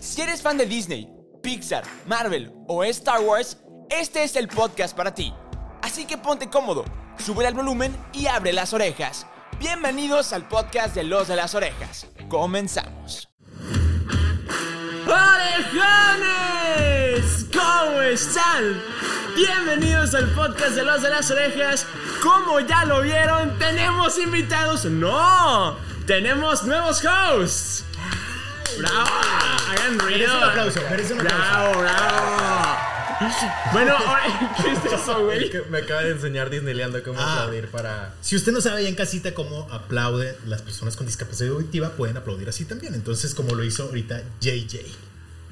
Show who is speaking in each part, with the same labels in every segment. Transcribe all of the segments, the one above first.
Speaker 1: Si eres fan de Disney, Pixar, Marvel o Star Wars, este es el podcast para ti. Así que ponte cómodo, sube el volumen y abre las orejas. Bienvenidos al podcast de Los de las Orejas. Comenzamos.
Speaker 2: ¡Orejones! ¿Cómo están? Bienvenidos al podcast de los de las orejas. Como ya lo vieron, tenemos invitados. ¡No! Tenemos nuevos hosts. ¡Bravo! Hagan ruido.
Speaker 3: Merece un aplauso, merece un aplauso.
Speaker 2: ¡Bravo, bravo! Bueno, ahora- ¿qué es eso, güey?
Speaker 4: Es que me acaba de enseñar Disneylandia cómo
Speaker 3: Ah.
Speaker 4: aplaudir para.
Speaker 3: Si usted no sabe ya en casita cómo aplaude las personas con discapacidad auditiva, pueden aplaudir así también. Entonces, como lo hizo ahorita JJ.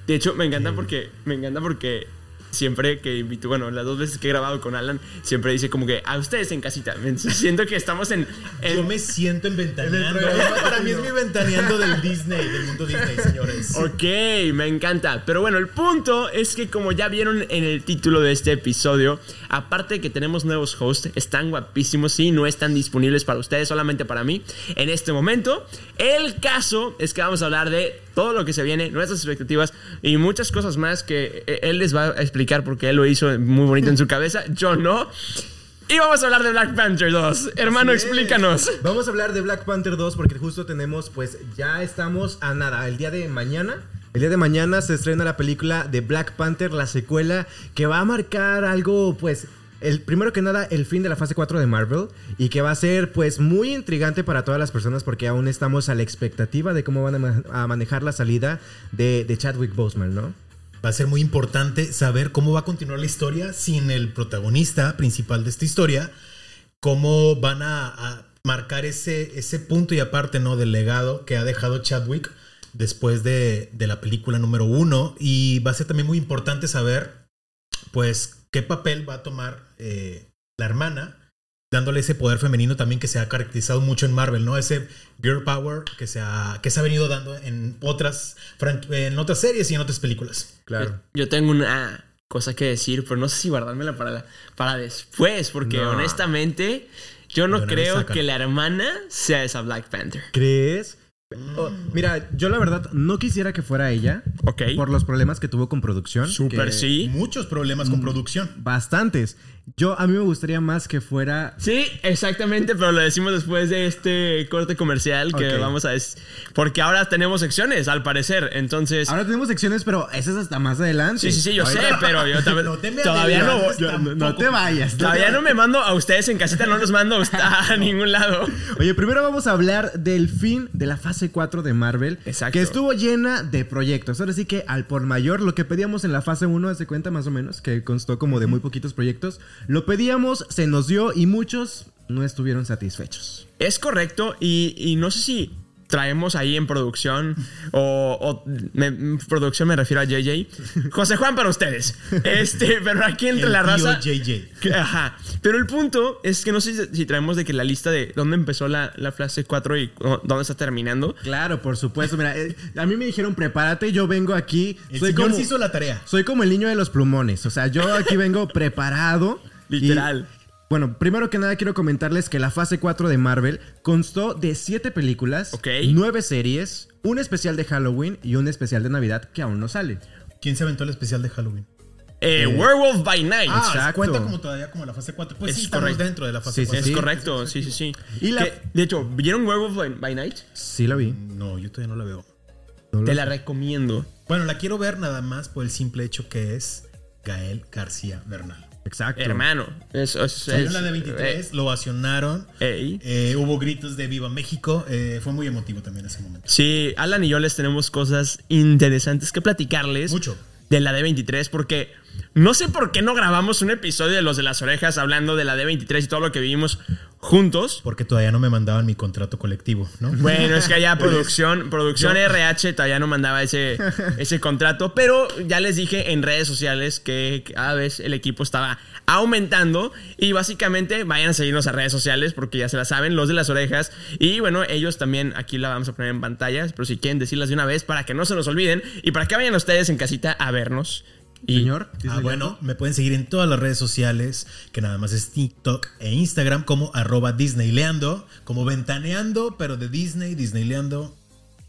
Speaker 2: De hecho, me encanta porque me encanta porque siempre que invito, bueno, las dos veces que he grabado con Alan, siempre dice como que a ustedes en casita. Me- Siento que estamos en, en-
Speaker 3: Yo me siento en ventaneando.
Speaker 4: En el programa
Speaker 3: Para mí es mi ventaneando del Disney, del mundo Disney, señores.
Speaker 2: Ok, me encanta. Pero bueno, el punto es que como ya vieron en el título de este episodio, aparte de que tenemos nuevos hosts, están guapísimos, sí, no están disponibles para ustedes, solamente para mí en este momento. El caso es que vamos a hablar de todo lo que se viene, nuestras expectativas y muchas cosas más que eh, él les va a explicar porque él lo hizo muy bonito en su cabeza, yo no. Y vamos a hablar de Black Panther 2. Hermano,
Speaker 4: Así es.
Speaker 2: explícanos.
Speaker 4: Vamos a hablar de Black Panther 2 porque justo tenemos, pues ya estamos a nada. El día de mañana. El día de mañana se estrena la película de Black Panther, la secuela, que va a marcar algo, pues. El, primero que nada, el fin de la fase 4 de Marvel y que va a ser pues muy intrigante para todas las personas porque aún estamos a la expectativa de cómo van a, ma- a manejar la salida de, de Chadwick Boseman, ¿no?
Speaker 3: Va a ser muy importante saber cómo va a continuar la historia sin el protagonista principal de esta historia, cómo van a, a marcar ese, ese punto y aparte ¿no? del legado que ha dejado Chadwick después de, de la película número uno. Y va a ser también muy importante saber pues qué papel va a tomar eh, la hermana, dándole ese poder femenino también que se ha caracterizado mucho en Marvel, ¿no? Ese girl power que se ha, que se ha venido dando en otras, fran- en otras series y en otras películas.
Speaker 4: Claro.
Speaker 2: Yo tengo una cosa que decir, pero no sé si guardármela para, la- para después, porque
Speaker 4: No.
Speaker 2: honestamente yo no
Speaker 3: De una vez
Speaker 2: creo
Speaker 3: sácala.
Speaker 2: que la hermana sea esa Black Panther.
Speaker 4: ¿Crees? Oh, mira, yo la verdad no quisiera que fuera ella.
Speaker 2: Ok.
Speaker 4: Por los problemas que tuvo con producción.
Speaker 2: Super
Speaker 4: que-
Speaker 2: sí.
Speaker 3: eh,
Speaker 2: Mm.
Speaker 3: muchos problemas con producción.
Speaker 4: Bastantes. Yo a mí me gustaría más que fuera.
Speaker 2: Sí, exactamente, pero lo decimos después de este corte comercial que
Speaker 4: Ok.
Speaker 2: vamos a... des- Porque ahora tenemos secciones, al parecer, entonces...
Speaker 4: Ahora tenemos secciones, pero esas hasta más adelante.
Speaker 2: Sí, sí, sí, yo sé, pero yo también-
Speaker 3: No te me
Speaker 2: todavía no...
Speaker 3: adelantes
Speaker 2: yo-
Speaker 3: tampoco.
Speaker 4: No te vayas. no te
Speaker 2: Todavía no
Speaker 4: vayas.
Speaker 2: me mando a ustedes en casita, no los mando a, usted- a ningún lado.
Speaker 4: Oye, primero vamos a hablar del fin de la fase 4 de Marvel.
Speaker 2: Exacto.
Speaker 4: Que estuvo llena de proyectos. Ahora sí que al por mayor, lo que pedíamos en la fase 1, hace cuenta más o menos, que constó como de muy poquitos proyectos. Lo pedíamos, se nos dio y muchos no estuvieron satisfechos.
Speaker 2: Es correcto y, y no sé si traemos ahí en producción o, o me- m- producción me refiero a JJ. José Juan para ustedes. Este, pero aquí entre
Speaker 3: El
Speaker 2: la
Speaker 3: tío
Speaker 2: raza.
Speaker 3: JJ.
Speaker 2: Que- Ajá. Pero el punto es que no sé si- si traemos de que la lista de dónde empezó la, la fase 4 y o, dónde está terminando.
Speaker 4: Claro, por supuesto. Mira, eh, a mí me dijeron prepárate, yo vengo aquí.
Speaker 3: El
Speaker 4: soy
Speaker 3: señor
Speaker 4: como-
Speaker 3: sí hizo la tarea.
Speaker 4: Soy como el niño de los plumones. O sea, yo aquí vengo preparado. y-
Speaker 2: Literal.
Speaker 4: bueno, primero que nada quiero comentarles que la fase 4 de Marvel constó de 7 películas,
Speaker 2: Ok.
Speaker 4: 9 series, un especial de Halloween y un especial de Navidad que aún no sale.
Speaker 3: ¿Quién se aventó el especial de Halloween?
Speaker 2: Eh, Werewolf by Night.
Speaker 3: Ah,
Speaker 4: Exacto.
Speaker 3: se cuenta como todavía como la fase 4. Pues
Speaker 2: Es
Speaker 3: sí, estamos
Speaker 2: correcto.
Speaker 3: dentro de la fase
Speaker 4: Sí, sí,
Speaker 3: 4.
Speaker 2: es correcto, sí, sí, sí.
Speaker 4: Y la-
Speaker 2: Que, de hecho, ¿vieron Werewolf by- by Night?
Speaker 4: Sí la vi.
Speaker 3: No, yo todavía no la veo.
Speaker 4: No
Speaker 2: Te
Speaker 4: la-
Speaker 2: la recomiendo.
Speaker 3: Bueno, la quiero ver nada más por el simple hecho que es Gael García Bernal.
Speaker 4: Exacto.
Speaker 2: Hermano. Eso es,
Speaker 3: Salió
Speaker 2: es-
Speaker 3: la de 23, lo vacionaron.
Speaker 2: eh, ey.
Speaker 3: eh, hubo gritos de Viva México. eh, fue muy emotivo también ese momento.
Speaker 2: Sí, Alan y yo les tenemos cosas interesantes que platicarles.
Speaker 3: Mucho.
Speaker 2: De la D23, porque no sé por qué no grabamos un episodio de Los de las Orejas hablando de la D23 y todo lo que vivimos juntos.
Speaker 3: Porque todavía no me mandaban mi contrato colectivo, ¿no?
Speaker 2: Bueno, es que allá producción, producción RH todavía no mandaba ese, ese contrato, pero ya les dije en redes sociales que cada vez el equipo estaba aumentando y básicamente vayan a seguirnos a redes sociales porque ya se la saben, los de las orejas y bueno, ellos también aquí la vamos a poner en pantalla, pero si quieren decirlas de una vez para que no se nos olviden y para que vayan ustedes en casita a vernos. Y
Speaker 4: Señor. sí,
Speaker 3: Ah,
Speaker 4: señor.
Speaker 3: bueno, me pueden seguir en todas las redes sociales, que nada más es TikTok e Instagram, como arroba Disneyleando, como ventaneando, pero de Disney, Disneyleando.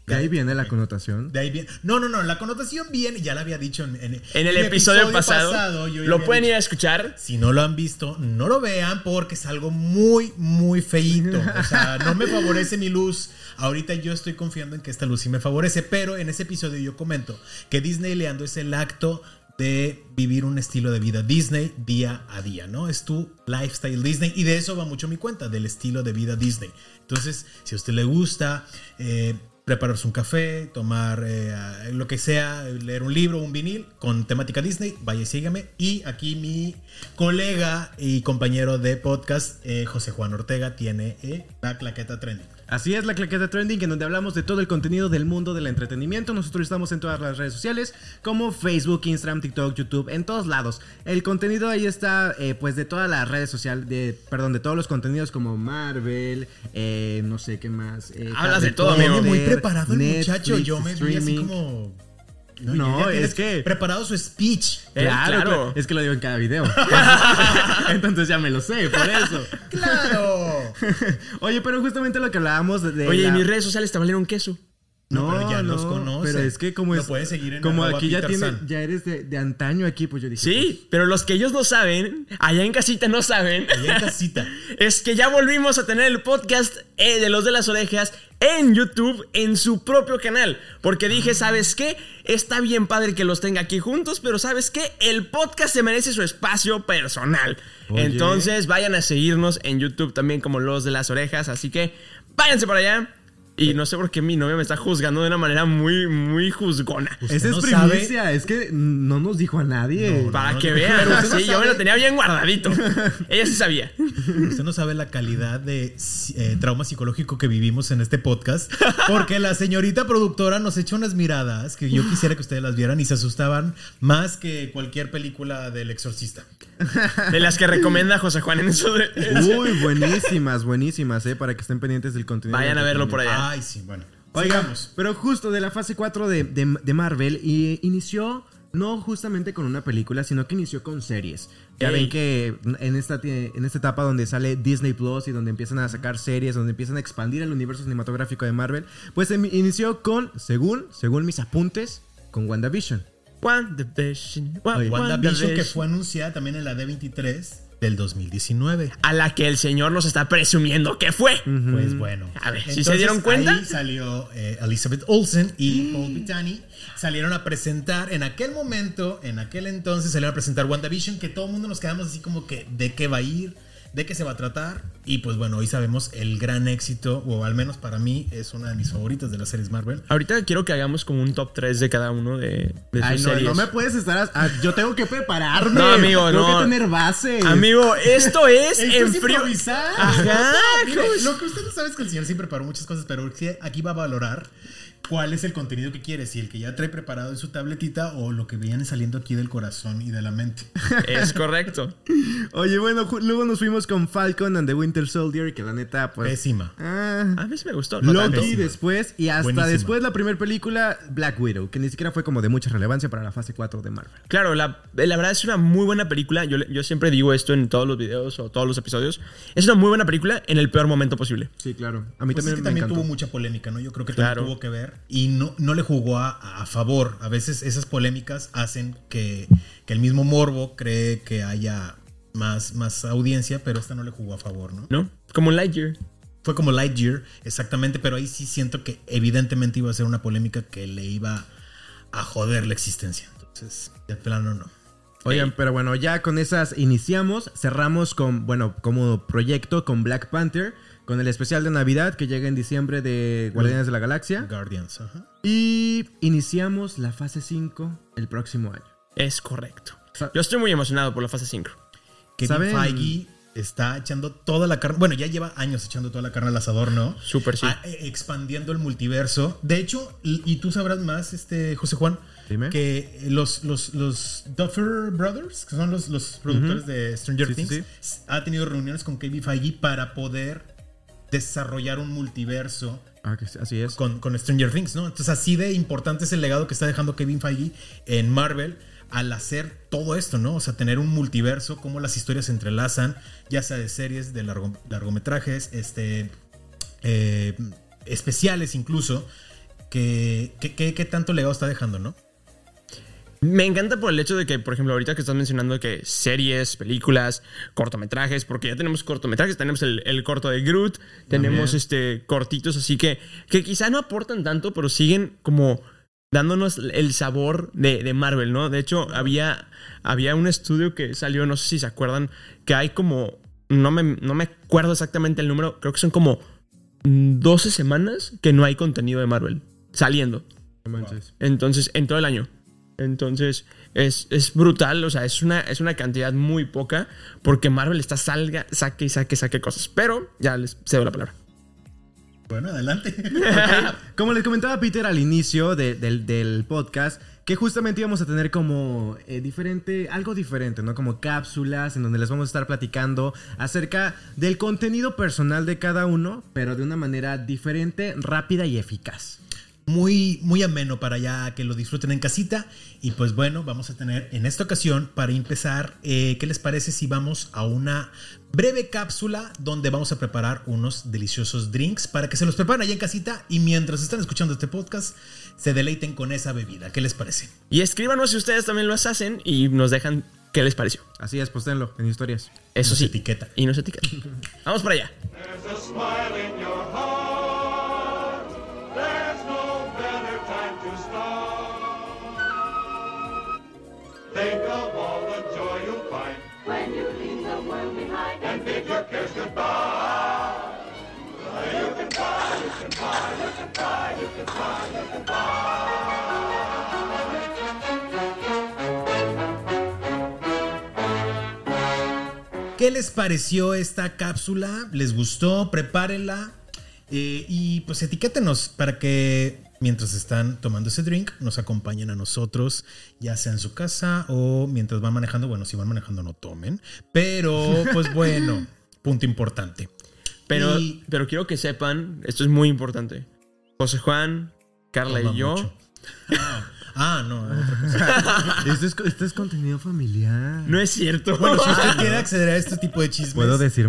Speaker 4: De ahí viene la connotación.
Speaker 3: De ahí viene. No, no, no. La connotación viene, ya la había dicho en, en-
Speaker 2: En el
Speaker 3: mi
Speaker 2: episodio, pasado,
Speaker 3: yo ya
Speaker 2: lo
Speaker 3: había
Speaker 2: pueden
Speaker 3: dicho,
Speaker 2: ir a escuchar.
Speaker 3: Si no lo han visto, no lo vean porque es algo muy, muy feíto. O sea, no me favorece mi luz. Ahorita yo estoy confiando en que esta luz sí me favorece, pero en ese episodio yo comento que Disneyleando es el acto de vivir un estilo de vida Disney día a día, ¿no? Es tu lifestyle Disney y de eso va mucho mi cuenta, del estilo de vida Disney. Entonces, si a usted le gusta... eh, prepararse un café, tomar eh, a- lo que sea, leer un libro, un vinil con temática Disney, vaya y sígame. Y aquí mi colega y compañero de podcast, eh, José Juan Ortega, tiene eh, la claqueta trending.
Speaker 4: Así es la claqueta trending en donde hablamos de todo el contenido del mundo del entretenimiento. Nosotros estamos en todas las redes sociales como Facebook, Instagram, TikTok, YouTube, en todos lados. El contenido ahí está, eh, pues de todas las redes sociales, de, perdón, de todos los contenidos como Marvel, eh, no sé qué más. eh,
Speaker 2: Hablas de
Speaker 4: Harry
Speaker 2: todo,
Speaker 4: Potter,
Speaker 2: amigo.
Speaker 3: muy preparado el
Speaker 4: Eh, Netflix,
Speaker 3: muchacho, yo me vi así
Speaker 4: streaming.
Speaker 3: como...
Speaker 4: No,
Speaker 3: ya tiene
Speaker 4: es que-
Speaker 3: Preparado su speech.
Speaker 2: Eh,
Speaker 4: Claro,
Speaker 2: claro.
Speaker 4: es que lo digo en cada video. Entonces ya me lo sé, por eso.
Speaker 3: ¡Claro!
Speaker 4: Oye, pero justamente lo que hablábamos de. de
Speaker 2: Oye, y
Speaker 4: la-
Speaker 2: mis redes sociales te valieron queso.
Speaker 3: No, pero ya los conoce.
Speaker 4: Pero es que como
Speaker 3: Lo
Speaker 4: es.
Speaker 3: pueden seguir en
Speaker 4: Como
Speaker 3: arroba
Speaker 4: aquí ya,
Speaker 3: Peter
Speaker 4: tiene,
Speaker 3: San.
Speaker 4: ya eres de, de antaño aquí, pues yo dije.
Speaker 2: Sí, pero los que ellos no saben, allá en casita no saben,
Speaker 3: Allá en casita.
Speaker 2: es que ya volvimos a tener el podcast eh, de los de las orejas en YouTube, en su propio canal. Porque dije, ¿sabes qué? Está bien padre que los tenga aquí juntos, pero ¿sabes qué? El podcast se merece su espacio personal.
Speaker 4: Oye.
Speaker 2: Entonces vayan a seguirnos en YouTube también como los de las orejas. Así que váyanse para allá. Y no sé por qué mi novia me está juzgando de una manera muy, muy juzgona.
Speaker 4: pues, Esa es
Speaker 3: no sabe.
Speaker 4: primicia, es que no nos dijo a nadie.
Speaker 2: Para que
Speaker 3: Pues no,
Speaker 2: vean,
Speaker 3: pero usted no
Speaker 2: sí, yo me lo
Speaker 3: sabe.
Speaker 2: tenía bien guardadito. Ella sí sabía.
Speaker 3: Usted no sabe la calidad de eh, trauma psicológico que vivimos en este podcast, porque la señorita productora nos echa unas miradas que yo quisiera que ustedes las vieran y se asustaban más que cualquier película del exorcista.
Speaker 2: De las que recomienda José Juan en eso de...
Speaker 4: Uy, buenísimas, buenísimas, eh, para que estén pendientes del contenido.
Speaker 2: Vayan a verlo por allá.
Speaker 3: Ay, sí, bueno.
Speaker 4: Oigamos.
Speaker 3: Oigamos.
Speaker 4: Pero justo de la fase 4 de, de- de Marvel, y inició no justamente con una película, sino que inició con series. Ya
Speaker 2: Ey.
Speaker 4: ven que en esta, tie- en esta etapa donde sale Disney Plus y donde empiezan a sacar series, donde empiezan a expandir el universo cinematográfico de Marvel, pues em- inició con, según, según mis apuntes, con WandaVision.
Speaker 2: WandaVision, Wa-
Speaker 4: Oye,
Speaker 3: WandaVision que
Speaker 2: WandaVision.
Speaker 3: fue anunciada también en la D23 del 2019.
Speaker 2: A la que el señor nos está presumiendo que fue.
Speaker 3: Pues bueno.
Speaker 2: A ver, ¿sí se dieron cuenta? Mm.
Speaker 3: Ahí salió eh, Elizabeth Olsen y Paul Bettany. Salieron a presentar, en aquel momento, en aquel entonces, salieron a presentar WandaVision, que todo el mundo nos quedamos así como que, ¿de qué va a ir? ¿De qué se va a tratar? Y pues bueno, hoy sabemos el gran éxito, o al menos para mí es una de mis favoritas de las series Marvel.
Speaker 2: Ahorita quiero que hagamos como un top 3 de cada uno de, de sus
Speaker 4: Ay, no,
Speaker 2: series.
Speaker 4: no me puedes estar. as- ah, yo tengo que prepararme.
Speaker 2: No, amigo,
Speaker 4: tengo
Speaker 2: no.
Speaker 4: que tener base.
Speaker 2: Amigo, esto es
Speaker 3: Esto
Speaker 2: en
Speaker 3: es
Speaker 2: frío.
Speaker 3: improvisar.
Speaker 2: Ajá.
Speaker 3: No, mire, lo que usted no sabe es que el señor sí preparó muchas cosas, pero sí, aquí va a valorar cuál es el contenido que quiere, si el que ya trae preparado en su tabletita o lo que viene saliendo aquí del corazón y de la mente.
Speaker 2: Es correcto.
Speaker 4: Oye, bueno, ju- luego nos fuimos con Falcon and the Winter Soldier, que la neta, pues.
Speaker 3: Pésima.
Speaker 4: ah,
Speaker 2: A mí sí me gustó. no tanto.
Speaker 4: Loki
Speaker 3: pésima.
Speaker 4: después y hasta
Speaker 3: Buenísima.
Speaker 4: después la primera película, Black Widow, que ni siquiera fue como de mucha relevancia para la fase 4 de Marvel.
Speaker 2: Claro, la, eh, la verdad es una muy buena película. Yo, yo siempre digo esto en todos los videos o todos los episodios. Es una muy buena película en el peor momento posible.
Speaker 4: Sí, claro. A mí
Speaker 3: Pues
Speaker 4: también
Speaker 3: es que
Speaker 4: me
Speaker 3: también
Speaker 4: encantó.
Speaker 3: tuvo mucha polémica, ¿no? Yo creo que
Speaker 2: Claro.
Speaker 3: también tuvo que ver y no, no le jugó a, a favor. A veces esas polémicas hacen que, que el mismo morbo cree que haya más, más audiencia, pero esta no le jugó a favor, ¿no?
Speaker 2: ¿No? Como Lightyear.
Speaker 3: Fue como Lightyear, exactamente, pero ahí sí siento que evidentemente iba a ser una polémica que le iba a joder la existencia. Entonces, de plano no.
Speaker 4: Oigan, pero bueno, ya con esas iniciamos, cerramos con, bueno, como proyecto con Black Panther, con el especial de Navidad que llega en diciembre de Guardianes de la Galaxia.
Speaker 3: Guardians, ajá.
Speaker 4: Y iniciamos la fase 5 el próximo año.
Speaker 2: Es correcto.
Speaker 4: Sa-
Speaker 2: Yo estoy muy emocionado por la fase 5.
Speaker 3: Kevin
Speaker 4: ¿Saben?
Speaker 3: Feige está echando toda la carne. Bueno, ya lleva años echando toda la carne al asador, ¿no?
Speaker 2: Súper sí.
Speaker 3: Ah, eh, expandiendo el multiverso. De hecho, y y tú sabrás más, este José Juan,
Speaker 4: Dime.
Speaker 3: que los, los, los Duffer Brothers, que son los, los productores de Stranger
Speaker 4: Sí, sí,
Speaker 3: Things, ha tenido reuniones con Kevin Feige para poder desarrollar un multiverso
Speaker 4: Ah, que sí, así es.
Speaker 3: con, con Stranger Things, ¿no? Entonces, así de importante es el legado que está dejando Kevin Feige en Marvel al hacer todo esto, ¿no? O sea, tener un multiverso, cómo las historias se entrelazan, ya sea de series, de largo- largometrajes, este, eh, especiales incluso. que, que- que- que tanto legado está dejando, ¿no?
Speaker 2: Me encanta por el hecho de que, por ejemplo, ahorita que estás mencionando que series, películas, cortometrajes, porque ya tenemos cortometrajes, tenemos el, el corto de Groot, tenemos este cortitos, así que, que quizá no aportan tanto, pero siguen como dándonos el sabor de, de Marvel, ¿no? De hecho, había, había un estudio que salió, no sé si se acuerdan, que hay como, no me, no me acuerdo exactamente el número, creo que son como 12 semanas que no hay contenido de Marvel saliendo.
Speaker 4: No manches.
Speaker 2: Entonces, en todo el año. Entonces, es, es brutal, o sea, es una, es una cantidad muy poca porque Marvel está salga, saque y saque, saque cosas. Pero ya les cedo la palabra.
Speaker 3: Bueno, adelante.
Speaker 4: Como les comentaba Peter al inicio de- del, del podcast, que justamente íbamos a tener como eh, diferente, algo diferente, ¿no? Como cápsulas en donde les vamos a estar platicando acerca del contenido personal de cada uno, pero de una manera diferente, rápida y eficaz.
Speaker 3: Muy, muy ameno para ya que lo disfruten en casita. Y pues bueno, vamos a tener en esta ocasión, para empezar, eh, ¿qué les parece si vamos a una breve cápsula donde vamos a preparar unos deliciosos drinks para que se los preparen allá en casita y mientras están escuchando este podcast, se deleiten con esa bebida? ¿Qué les parece?
Speaker 2: Y escríbanos si ustedes también lo hacen y nos dejan qué les pareció.
Speaker 4: Así es, postenlo en historias.
Speaker 2: Eso
Speaker 3: Nos
Speaker 2: sí.
Speaker 3: etiqueta.
Speaker 2: Y nos etiqueta. Vamos para allá.
Speaker 5: There's a smile in your heart. There's no better time to start. Think of all the joy you'll find
Speaker 6: when you leave the world behind
Speaker 5: and bid your cares goodbye. You can fly, you can fly, you can fly, you can fly, you can fly.
Speaker 3: ¿Qué les pareció esta cápsula? ¿Les gustó? Prepárenla. Eh, y pues etiquétenos para que mientras están tomando ese drink nos acompañen a nosotros, ya sea en su casa o mientras van manejando. Bueno, si van manejando no tomen. Pero pues bueno, punto importante.
Speaker 2: Pero,
Speaker 3: Y-
Speaker 2: pero quiero que sepan, esto es muy importante. José Juan, Carla
Speaker 3: Toma
Speaker 2: y yo.
Speaker 3: mucho. Ah, ah, no, otra cosa.
Speaker 4: Esto es, esto es contenido familiar.
Speaker 2: No es cierto.
Speaker 3: Bueno, si usted quiere acceder a este tipo de chismes.
Speaker 4: ¿Puedo decir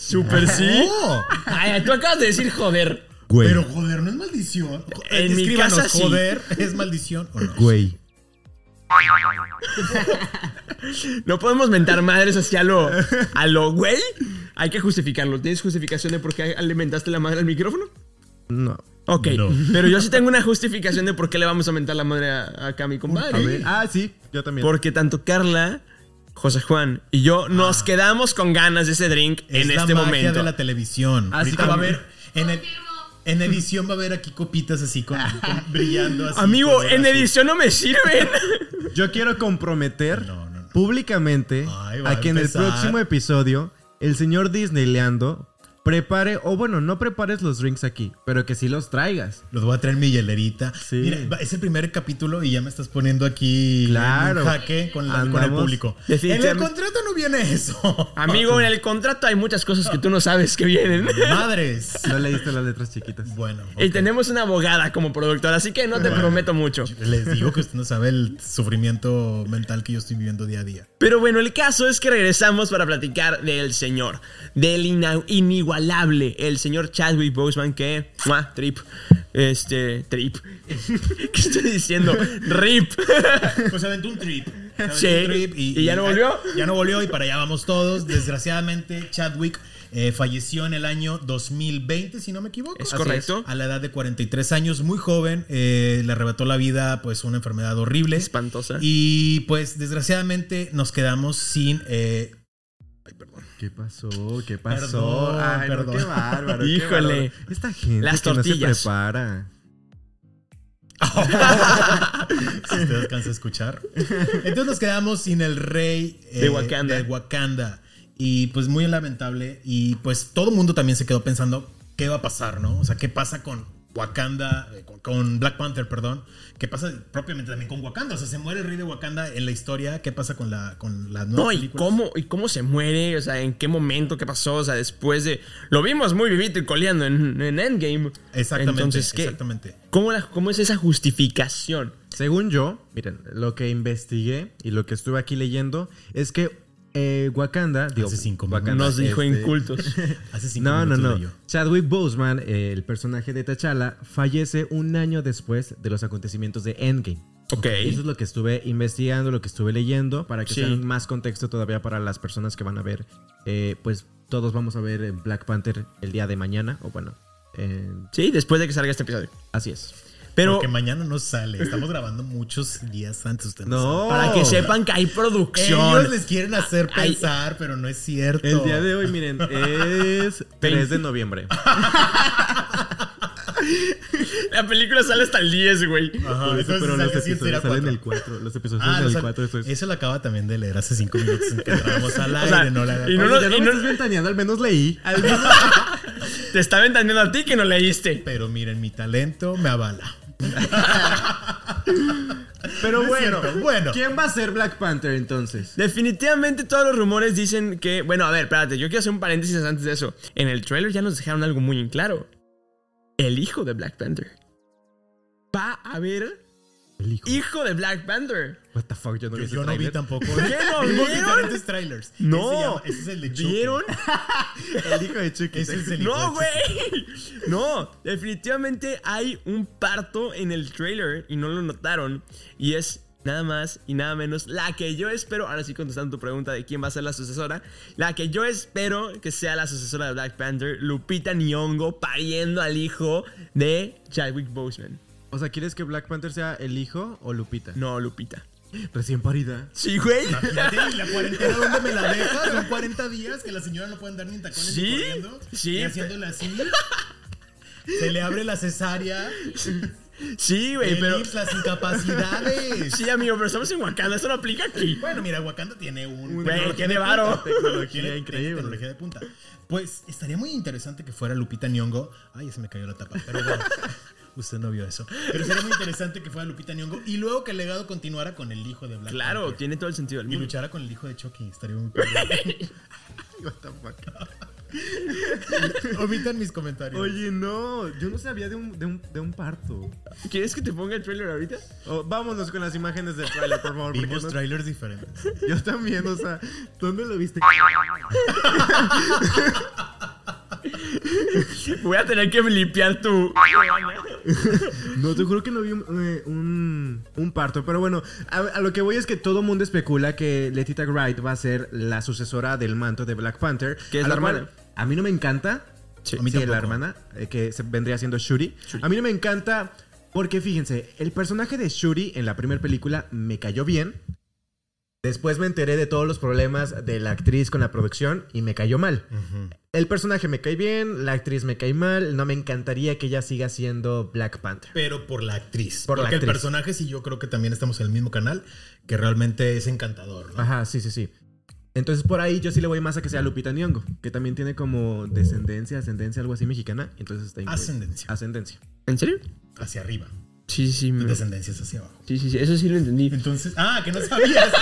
Speaker 2: Super sí.
Speaker 3: No,
Speaker 2: Ay, tú acabas de decir joder.
Speaker 4: Güey.
Speaker 3: pero joder, no es maldición.
Speaker 2: En mi
Speaker 3: Escríbanos,
Speaker 2: casa sí.
Speaker 3: joder, ¿es maldición o no?
Speaker 4: Güey.
Speaker 2: No podemos mentar madres hacia lo, a lo güey. Hay que justificarlo. ¿Tienes justificación de por qué alimentaste la madre al micrófono?
Speaker 4: No.
Speaker 2: Ok,
Speaker 3: No.
Speaker 2: pero yo sí tengo una justificación de por qué le vamos a mentar la madre a- acá a mi
Speaker 4: A ver.
Speaker 2: compadre.
Speaker 4: Ah, sí, yo también.
Speaker 2: Porque tanto Carla, José Juan y yo nos quedamos con ganas de ese drink
Speaker 3: Ah. Es
Speaker 2: en
Speaker 3: la
Speaker 2: este
Speaker 3: magia
Speaker 2: momento. Ah,
Speaker 3: de la televisión.
Speaker 4: Así
Speaker 3: Ahorita
Speaker 4: como-
Speaker 3: va a haber en, el- en edición va a haber aquí copitas así con, con- brillando así.
Speaker 2: Ah. Amigo,
Speaker 3: color
Speaker 2: en
Speaker 3: azul.
Speaker 2: edición no me sirven.
Speaker 4: Yo quiero comprometer
Speaker 3: No, no, no.
Speaker 4: públicamente
Speaker 3: Ay, va
Speaker 4: a
Speaker 3: a
Speaker 4: que en el
Speaker 3: empezar.
Speaker 4: próximo episodio el señor Disneyleando prepare, o bueno, no prepares los drinks aquí, pero que sí los traigas.
Speaker 3: Los voy a traer mi hielerita.
Speaker 4: Sí.
Speaker 3: Mira, va- es el primer capítulo y ya me estás poniendo aquí
Speaker 4: Claro.
Speaker 3: en un jaque con, la- con el
Speaker 4: Andamos
Speaker 3: público. En el
Speaker 2: definitivamente- Ah.
Speaker 3: contrato no viene eso.
Speaker 2: Amigo, en el contrato hay muchas cosas que tú no sabes que vienen.
Speaker 3: Madres.
Speaker 4: No leíste las letras chiquitas.
Speaker 3: Bueno.
Speaker 2: Y
Speaker 3: ok.
Speaker 2: tenemos una abogada como productora, así que no te prometo mucho.
Speaker 3: Les digo que usted no sabe el sufrimiento mental que yo estoy viviendo día a día.
Speaker 2: Pero bueno, el caso es que regresamos para platicar del señor, del ina- inigualable, el señor Chadwick Boseman que, ¡mua! trip, este, trip, ¿qué estoy diciendo? Rip.
Speaker 3: Pues se aventó un trip. Se aventó
Speaker 2: Sí.
Speaker 3: un trip
Speaker 2: ¿Y ya no volvió?
Speaker 3: Ya no volvió y para allá vamos todos. Desgraciadamente, Chadwick eh, falleció en el año 2020, si no me equivoco.
Speaker 2: Es Así correcto. es.
Speaker 3: A la edad de 43 años, muy joven, eh, le arrebató la vida pues una enfermedad horrible.
Speaker 2: Espantosa.
Speaker 3: Y pues desgraciadamente nos quedamos sin... eh,
Speaker 4: ¿Qué pasó? ¿Qué pasó?
Speaker 3: Perdón,
Speaker 4: Ay, no,
Speaker 3: perdón.
Speaker 4: qué bárbaro. qué
Speaker 2: Híjole.
Speaker 4: bárbaro. Esta gente
Speaker 2: Las
Speaker 4: que no se
Speaker 2: tortillas.
Speaker 4: prepara.
Speaker 3: si usted alcanza a escuchar. Entonces nos quedamos sin el rey eh,
Speaker 2: De Wakanda.
Speaker 3: de Wakanda. Y pues muy lamentable. Y pues todo el mundo también se quedó pensando qué va a pasar, ¿no? O sea, qué pasa con Wakanda, eh, con, con Black Panther, perdón. ¿Qué pasa propiamente también con Wakanda? O sea, se muere el rey de Wakanda en la historia. ¿Qué pasa con la, con la nueva
Speaker 2: No, y cómo, y cómo se muere, o sea, en qué momento, qué pasó, o sea, después de... Lo vimos muy vivito y coleando en, en Endgame.
Speaker 3: Exactamente,
Speaker 2: Entonces, ¿qué?
Speaker 3: exactamente.
Speaker 2: ¿Cómo, la- ¿Cómo es esa justificación?
Speaker 4: Según yo, miren, lo que investigué y lo que estuve aquí leyendo es que eh, Wakanda, digo,
Speaker 3: Hace cinco
Speaker 4: Wakanda,
Speaker 3: minutos.
Speaker 2: Nos dijo
Speaker 4: este,
Speaker 2: incultos.
Speaker 3: Hace cinco
Speaker 4: No, no,
Speaker 3: minutos
Speaker 4: no.
Speaker 3: lo leyó.
Speaker 4: Chadwick Boseman, eh, el personaje de T'Challa, fallece un año después de los acontecimientos de Endgame.
Speaker 2: Ok.
Speaker 4: Eso es lo que estuve investigando, lo que estuve leyendo, para que
Speaker 2: Sí.
Speaker 4: sea más contexto todavía para las personas que van a ver. eh, pues todos vamos a ver eh, Black Panther el día de mañana, o bueno, eh,
Speaker 2: Sí, después de que salga este episodio.
Speaker 4: así es.
Speaker 2: Pero
Speaker 3: Porque mañana no sale. Estamos grabando muchos días antes. Usted sabe.
Speaker 4: No.
Speaker 2: para que sepan que hay
Speaker 3: Oh. Ellos
Speaker 2: producción.
Speaker 3: les quieren hacer
Speaker 2: Ay.
Speaker 3: pensar, pero no es cierto.
Speaker 4: El día de hoy, miren, es 3 de noviembre.
Speaker 2: La película sale hasta el 10, güey.
Speaker 3: Ajá,
Speaker 4: Por eso,
Speaker 3: entonces
Speaker 4: pero
Speaker 3: sale
Speaker 4: los
Speaker 3: así, será
Speaker 4: episodios salen
Speaker 3: cuatro.
Speaker 4: el 4. Los episodios
Speaker 3: Ah,
Speaker 4: salen
Speaker 3: no
Speaker 4: el
Speaker 3: sale-
Speaker 4: 4. Eso es.
Speaker 3: Eso lo acaba también de leer hace cinco minutos en que entramos al aire.
Speaker 2: sea,
Speaker 3: no la
Speaker 2: y no
Speaker 4: Oye,
Speaker 2: lo-
Speaker 4: ya no
Speaker 2: y
Speaker 4: me
Speaker 2: no-
Speaker 4: estás ventaneando, al menos leí.
Speaker 2: Te está vendiendo a ti que no leíste.
Speaker 3: Pero miren, mi talento me avala.
Speaker 4: Pero
Speaker 3: No es
Speaker 4: bueno,
Speaker 3: cierto, bueno.
Speaker 4: ¿quién va a ser Black Panther entonces?
Speaker 2: Definitivamente todos los rumores dicen que. Bueno, a ver, espérate, yo quiero hacer un paréntesis antes de eso. En el trailer ya nos dejaron algo muy en claro. El hijo de Black Panther. Va a haber
Speaker 4: El hijo.
Speaker 2: hijo de Black Panther.
Speaker 4: What the fuck, yo no vi
Speaker 3: Yo,
Speaker 4: ese
Speaker 3: yo no vi
Speaker 4: tráiler.
Speaker 3: tampoco.
Speaker 2: ¿Qué no
Speaker 3: Vimos
Speaker 2: vieron?
Speaker 3: diferentes trailers. Ese se
Speaker 2: No.
Speaker 3: llama- Ese, es el de Chucky.
Speaker 2: ¿Vieron?
Speaker 4: El hijo de Chucky.
Speaker 3: Ese es el hijo de
Speaker 2: No,
Speaker 3: Chucky.
Speaker 2: güey. No, definitivamente hay un parto en el trailer y no lo notaron. Y es nada más y nada menos la que yo espero. Ahora sí, contestando tu pregunta de quién va a ser la sucesora. La que yo espero que sea la sucesora de Black Panther, Lupita Nyongo, pariendo al hijo de Chadwick Boseman.
Speaker 4: O sea, ¿quieres que Black Panther sea el hijo o Lupita?
Speaker 2: No, Lupita.
Speaker 4: Recién parida.
Speaker 2: Sí, güey.
Speaker 3: Fíjate, ¿y la cuarentena dónde me la deja? Son 40 días que la señora no puede andar ni en tacones
Speaker 2: Sí,
Speaker 3: ni corriendo.
Speaker 2: sí.
Speaker 3: Y haciéndole así. Se le abre la cesárea.
Speaker 2: Sí, güey,
Speaker 3: el
Speaker 2: pero.
Speaker 3: IMSS, las incapacidades.
Speaker 2: Sí, amigo, pero estamos en Wakanda, eso no aplica aquí.
Speaker 3: Bueno, mira, Wakanda tiene un.
Speaker 2: Güey,
Speaker 3: tecnología
Speaker 2: tiene
Speaker 3: de
Speaker 2: varo.
Speaker 3: punta, Tecnología
Speaker 4: Tecnología increíble.
Speaker 3: increíble. Tecnología de punta. Pues estaría muy interesante que fuera Lupita Nyongo. Ay, ya se me cayó la tapa, pero bueno. Usted no vio eso. Pero sería muy interesante que fuera Lupita Nyongo y luego que el legado continuara con el hijo de Black
Speaker 2: Claro,
Speaker 3: Panther.
Speaker 2: tiene todo el sentido del
Speaker 3: Y
Speaker 2: mundo.
Speaker 3: luchara con el hijo de Chucky. Estaría muy padre. Omitan mis comentarios.
Speaker 4: Oye, no, yo no sabía de un, de un, de un parto.
Speaker 2: ¿Quieres que te ponga el trailer ahorita?
Speaker 4: Oh, vámonos con las imágenes del trailer, por favor. porque
Speaker 3: Vimos
Speaker 4: no-
Speaker 3: trailers diferentes.
Speaker 4: yo también, o sea, ¿dónde lo viste?
Speaker 2: Voy a tener que limpiar tu.
Speaker 4: No, te juro que no vi un, eh, un, un parto. Pero bueno, a, a lo que voy es que todo el mundo especula que Letitia Wright va a ser la sucesora del manto de Black Panther.
Speaker 2: Que es
Speaker 4: A
Speaker 2: la
Speaker 4: lo cual
Speaker 2: hermana.
Speaker 4: A mí no me encanta.
Speaker 2: Sí.
Speaker 4: Sí,
Speaker 3: A mí
Speaker 4: la
Speaker 3: tampoco.
Speaker 4: hermana, eh, que se vendría siendo Shuri. A mí no me encanta porque fíjense, el personaje de Shuri en la primera película me cayó bien. Después me enteré de todos los problemas de la actriz con la producción y me cayó mal. El personaje me cae bien, la actriz me cae mal, no me encantaría que ella siga siendo Black Panther.
Speaker 3: Pero por la actriz.
Speaker 4: Por la
Speaker 3: porque el
Speaker 4: actriz.
Speaker 3: personaje, sí, yo creo que también estamos en el mismo canal, que realmente es encantador.
Speaker 2: Este.
Speaker 3: ¿no?
Speaker 4: Ajá, sí, sí, sí. Entonces por ahí yo sí le voy más a que sea Lupita Nyong'o, que también tiene como descendencia, ascendencia, algo así mexicana. Entonces está increíble.
Speaker 3: Ascendencia.
Speaker 4: Ascendencia.
Speaker 2: ¿En serio?
Speaker 3: Hacia arriba.
Speaker 2: Sí, sí, me- sí.
Speaker 3: Descendencia es hacia abajo.
Speaker 2: Sí, sí, eso sí lo entendí.
Speaker 3: Entonces, ah, que no sabías.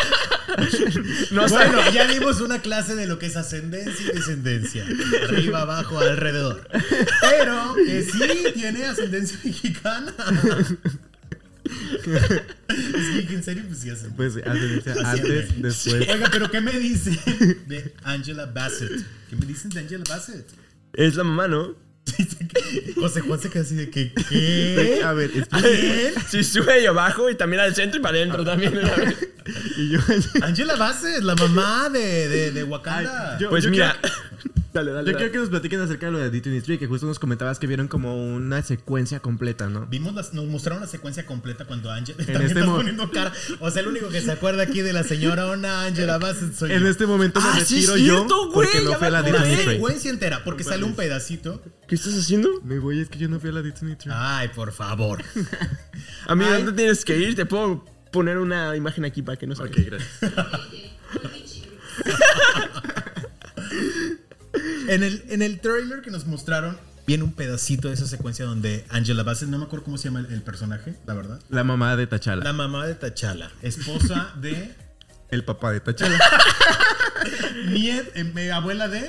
Speaker 2: No
Speaker 3: bueno,
Speaker 2: sé.
Speaker 3: ya dimos una clase de lo que es ascendencia y descendencia. Arriba, abajo, alrededor. Pero que sí tiene ascendencia mexicana. es que que en serio, pues sí ascendencia.
Speaker 4: Pues ascendencia antes, después.
Speaker 3: Oiga, pero ¿qué me dicen de Angela Bassett? ¿Qué me dicen de Angela Bassett?
Speaker 2: Es la mamá, ¿no?
Speaker 3: José Juan se queda así de que, ¿qué?
Speaker 4: A ver, espera.
Speaker 3: ¿Quién?
Speaker 2: Sí, sube y abajo y también al centro y para adentro también.
Speaker 4: Y yo,
Speaker 3: Angela Bassett, la mamá de, de, de Wakanda.
Speaker 4: yo-
Speaker 2: Pues
Speaker 4: yo
Speaker 2: mira.
Speaker 4: quiero-
Speaker 2: Dale, dale.
Speaker 4: yo quiero que nos platiquen acerca de lo de Disney Street, que justo nos comentabas que vieron como una secuencia completa, ¿no?
Speaker 3: Vimos las- nos mostraron la secuencia completa cuando Angela
Speaker 4: En
Speaker 3: también
Speaker 4: este
Speaker 3: estás
Speaker 4: mo-
Speaker 3: poniendo cara. O sea, el único que se acuerda aquí de la señora una Angela Bassett soy
Speaker 4: En
Speaker 3: yo.
Speaker 4: este momento me
Speaker 2: Ah, sí,
Speaker 4: retiro
Speaker 2: cierto,
Speaker 4: yo
Speaker 2: güey,
Speaker 4: porque
Speaker 2: ya
Speaker 4: no fui a la
Speaker 2: me
Speaker 4: Disney
Speaker 2: acordé,
Speaker 4: Street.
Speaker 3: secuencia entera, porque sale
Speaker 4: pues.
Speaker 3: un pedacito.
Speaker 2: ¿Qué estás haciendo?
Speaker 4: Me voy, es que yo no fui a la Disney
Speaker 2: Ah.
Speaker 4: Street.
Speaker 3: Ay, por favor.
Speaker 2: A mí,
Speaker 3: Ay.
Speaker 2: ¿dónde tienes que ir? Te puedo poner una imagen aquí para que no se
Speaker 4: Ok,
Speaker 2: vea.
Speaker 4: gracias.
Speaker 3: En el, en el trailer que nos mostraron, viene un pedacito de esa secuencia donde Angela Bassett, no me acuerdo cómo se llama el, el personaje, la verdad.
Speaker 4: La mamá de Tachala.
Speaker 3: La mamá de Tachala, esposa de.
Speaker 4: El papá de Tachala.
Speaker 3: niet- eh, mi abuela de.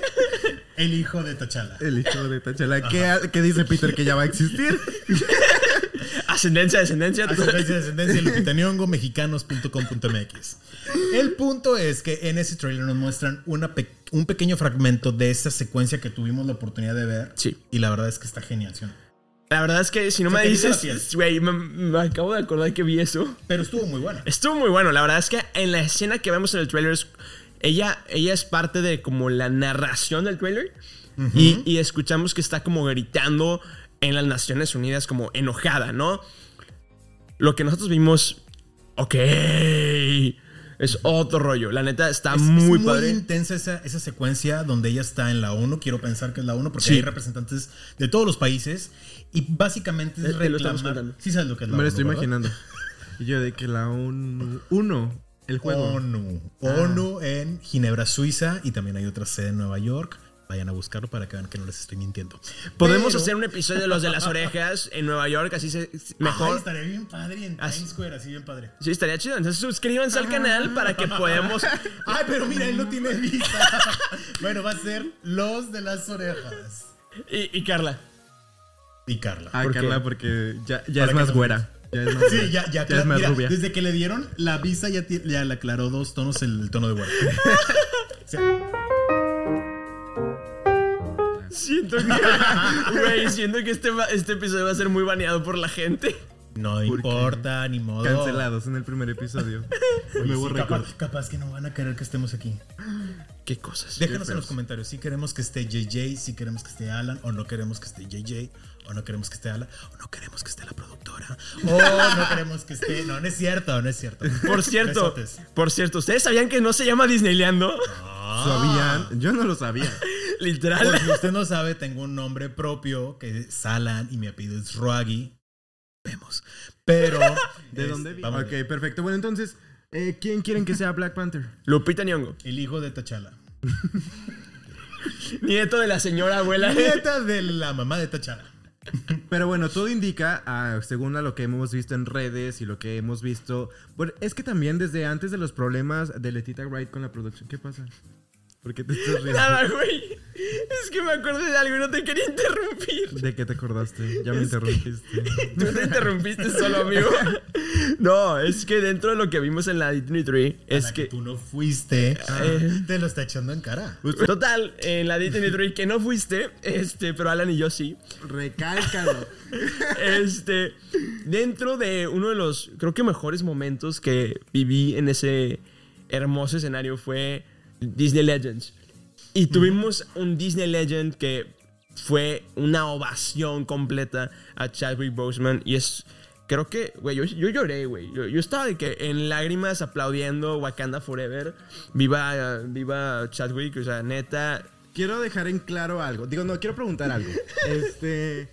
Speaker 3: El hijo de Tachala.
Speaker 4: El hijo de Tachala. ¿Qué, qué dice Peter que ya va a existir?
Speaker 2: Ascendencia, descendencia. todo.
Speaker 3: Ascendencia, descendencia, Lupita Nyong'o, mexicanos.com.mx. El punto es que en ese trailer nos muestran una pe- un pequeño fragmento de esa secuencia que tuvimos la oportunidad de ver.
Speaker 2: Sí.
Speaker 3: Y la verdad es que está genial, ¿sí o no?
Speaker 2: La verdad es que si no
Speaker 3: Se
Speaker 2: me
Speaker 3: te eriza la
Speaker 2: dices, güey, me, me acabo de acordar que vi eso.
Speaker 3: Pero estuvo muy buena.
Speaker 2: Estuvo muy bueno. La verdad es que en la escena que vemos en el trailer, es- ella, ella es parte de como la narración del trailer. y, y escuchamos que está como gritando en las Naciones Unidas, como enojada, ¿no? Lo que nosotros vimos, ok, es otro rollo. La neta está
Speaker 3: Es- es
Speaker 2: muy padre.
Speaker 3: intensa esa, esa secuencia donde ella está en la ONU. Quiero pensar que es la ONU porque
Speaker 2: Sí.
Speaker 3: hay representantes de todos los países. Y básicamente es
Speaker 2: Eh, te lo estamos
Speaker 3: reclamar.
Speaker 2: contando.
Speaker 3: Sí sabes lo que es la
Speaker 4: Me
Speaker 3: ONU,
Speaker 4: lo estoy
Speaker 3: ¿verdad?
Speaker 4: imaginando. Y yo de que la ONU. Uno, el
Speaker 3: Ah. Oh,
Speaker 4: juego.
Speaker 3: ONU. ONU en Ginebra, Suiza. Y también hay otra sede en Nueva York. Vayan a buscarlo para que vean que no les estoy mintiendo.
Speaker 2: Podemos
Speaker 3: Pero-
Speaker 2: hacer un episodio de los de las orejas en Nueva York, así se
Speaker 3: Ay,
Speaker 2: mejor.
Speaker 3: estaría bien padre en
Speaker 2: Así-
Speaker 3: Times Square, así bien padre.
Speaker 2: Sí, estaría chido. Entonces suscríbanse al canal para que podamos.
Speaker 3: Ay, pero mira, él no tiene vista. bueno, va a ser los de las orejas.
Speaker 2: Y, y Carla.
Speaker 3: Y Carla.
Speaker 4: Ay,
Speaker 2: ¿Por qué?
Speaker 4: Carla, porque ya,
Speaker 3: Para
Speaker 4: ya es
Speaker 3: que
Speaker 4: más
Speaker 3: no-
Speaker 4: güera. Ya es más
Speaker 3: Sí,
Speaker 4: güera.
Speaker 3: ya, ya,
Speaker 4: es más
Speaker 3: mira,
Speaker 4: rubia.
Speaker 3: Desde que le dieron la visa ya, ti- ya le aclaró dos tonos el, el tono de güera. O sea,
Speaker 2: Siento que. Güey, siento que este, va- este episodio va a ser muy baneado por la gente.
Speaker 3: no importa, ni modo.
Speaker 4: Cancelados en el primer episodio.
Speaker 3: Oye,
Speaker 4: Me
Speaker 3: sí,
Speaker 4: borré
Speaker 3: capaz, capaz que no van a querer que estemos aquí.
Speaker 2: ¿Qué cosas?
Speaker 3: Déjanos en
Speaker 4: feos.
Speaker 3: los comentarios si queremos que esté JJ, si queremos que esté Alan, o no queremos que esté JJ, o no queremos que esté Alan, o no queremos que esté la productora, o no queremos que esté. No, no es cierto, no es cierto.
Speaker 2: Por cierto,
Speaker 3: Besotes.
Speaker 2: por cierto, ¿ustedes sabían que no se llama Disneyleando?
Speaker 4: Sabían. Yo no lo sabía.
Speaker 3: Por
Speaker 2: Literal.
Speaker 3: si usted no sabe, tengo un nombre propio que es Alan y mi apellido es Ruagi. Vemos. Pero.
Speaker 4: ¿De
Speaker 3: este,
Speaker 4: dónde vi?
Speaker 3: vamos,
Speaker 4: Ok, perfecto. Bueno, entonces, eh, ¿quién quieren que sea Black Panther?
Speaker 2: Lupita Nyong'o,
Speaker 3: El hijo de Tachala.
Speaker 2: nieto de la señora abuela.
Speaker 3: Neta de la mamá de Tachala.
Speaker 4: Pero bueno, todo indica, ah, según a lo que hemos visto en redes y lo que hemos visto. Bueno, es que también desde antes de los problemas de Letita Wright con la producción, ¿qué pasa? ¿Por qué te estás riendo?
Speaker 2: Nada, güey. Es que me acordé de algo y no te quería interrumpir.
Speaker 4: ¿De qué te acordaste? Ya me interrumpiste.
Speaker 2: Tú te interrumpiste solo, amigo. No, es que dentro de lo que vimos en la Disney 3
Speaker 3: A
Speaker 2: es
Speaker 3: la que
Speaker 2: que.
Speaker 3: tú no fuiste.
Speaker 2: Eh.
Speaker 3: Te lo está echando en cara.
Speaker 2: Total, en la Disney 3 que no fuiste, este, pero Alan y yo sí.
Speaker 4: Recálcalo.
Speaker 2: Este, dentro de uno de los, creo que mejores momentos que viví en ese hermoso escenario fue Disney Legends. Y tuvimos un Disney Legend que fue una ovación completa a Chadwick Boseman. Y es, creo que, güey, yo, yo lloré, güey. Yo, yo estaba de que en lágrimas aplaudiendo Wakanda Forever. Viva, eh, viva Chadwick, o sea, neta.
Speaker 4: Quiero dejar en claro algo. Digo, no, quiero preguntar algo. Este.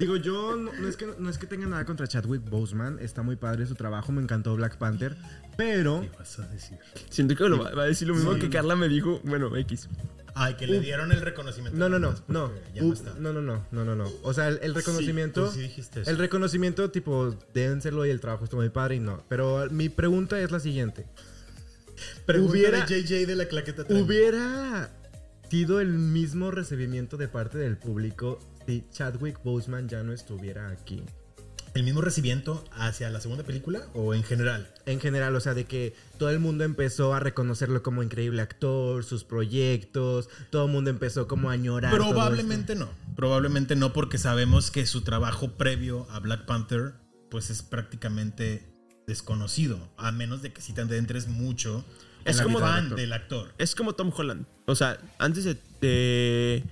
Speaker 4: Digo, yo no, no es que, no es que tenga nada contra Chadwick Boseman. Está muy padre su trabajo. Me encantó Black Panther. Pero.
Speaker 3: vas a decir?
Speaker 2: Siento que lo va, va a decir lo mismo que Carla me dijo. Bueno, X.
Speaker 3: Ay, que le dieron el reconocimiento.
Speaker 4: No, no, no, no.
Speaker 3: Ya no
Speaker 4: Uh,
Speaker 3: está.
Speaker 4: No, no, no, no, no, no. O sea, el, el reconocimiento.
Speaker 3: tú sí dijiste eso.
Speaker 4: El reconocimiento, tipo, dénselo y el trabajo estuvo muy padre y no. Pero mi pregunta es la siguiente.
Speaker 3: Hubiera
Speaker 4: Hubiera-
Speaker 3: JJ de la claqueta trae.
Speaker 4: ¿Hubiera sido el mismo recibimiento de parte del público si Chadwick Boseman ya no estuviera aquí?
Speaker 3: ¿El mismo recibimiento hacia la segunda película o en general?
Speaker 4: En general, o sea, de que todo el mundo empezó a reconocerlo como increíble actor, sus proyectos, todo el mundo empezó como a añorar. todo esto.
Speaker 3: Probablemente
Speaker 4: este.
Speaker 3: no. Probablemente no, porque sabemos que su trabajo previo a Black Panther, pues es prácticamente desconocido. A menos de que si te adentres mucho
Speaker 2: Es
Speaker 3: en la
Speaker 2: como-
Speaker 3: vida
Speaker 4: del actor.
Speaker 3: del actor.
Speaker 2: es como Tom Holland. O sea, antes de, de-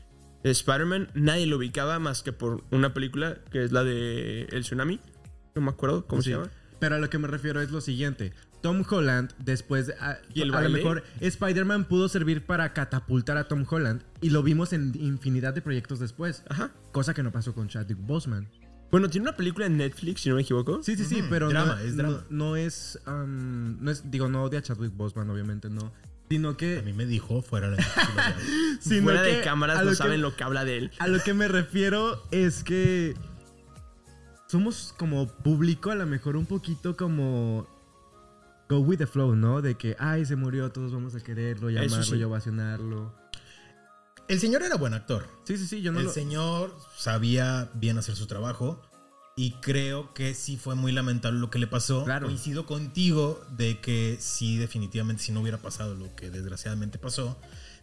Speaker 2: de Spider-Man, nadie lo ubicaba más que por una película que es la de El Tsunami. No me acuerdo cómo
Speaker 4: Sí,
Speaker 2: se llama.
Speaker 4: Pero a lo que me refiero es lo siguiente. Tom Holland, después, de- a,
Speaker 2: ¿Y el
Speaker 4: a lo
Speaker 2: baile?
Speaker 4: mejor Spider-Man pudo servir para catapultar a Tom Holland y lo vimos en infinidad de proyectos después.
Speaker 2: Ajá.
Speaker 4: Cosa que no pasó con Chadwick Boseman.
Speaker 2: Bueno, tiene una película en Netflix, si no me equivoco.
Speaker 4: Sí, sí, sí,
Speaker 3: Ujú,
Speaker 4: pero
Speaker 3: drama,
Speaker 4: no,
Speaker 3: es drama.
Speaker 4: No, no es, am, no es- digo, no de a Chadwick Boseman, obviamente, no. Sino
Speaker 3: A mí
Speaker 4: que...
Speaker 3: me dijo fuera de
Speaker 4: Sino
Speaker 2: Fuera de
Speaker 4: que
Speaker 2: cámaras
Speaker 4: a
Speaker 2: no
Speaker 4: que-
Speaker 2: saben lo que habla de él.
Speaker 4: A lo que me refiero es que somos como público a lo mejor un poquito como go with the flow, ¿no? De que, ay, se murió, todos vamos a quererlo,
Speaker 2: Eso
Speaker 4: llamarlo
Speaker 2: sí.
Speaker 4: y ovacionarlo.
Speaker 3: El señor era buen actor.
Speaker 4: Sí, sí, sí, yo no
Speaker 3: El
Speaker 4: lo...
Speaker 3: señor sabía bien hacer su trabajo. Y creo que sí fue muy lamentable lo que le pasó.
Speaker 2: Claro.
Speaker 3: Coincido contigo de que sí, definitivamente, si no hubiera pasado lo que desgraciadamente pasó,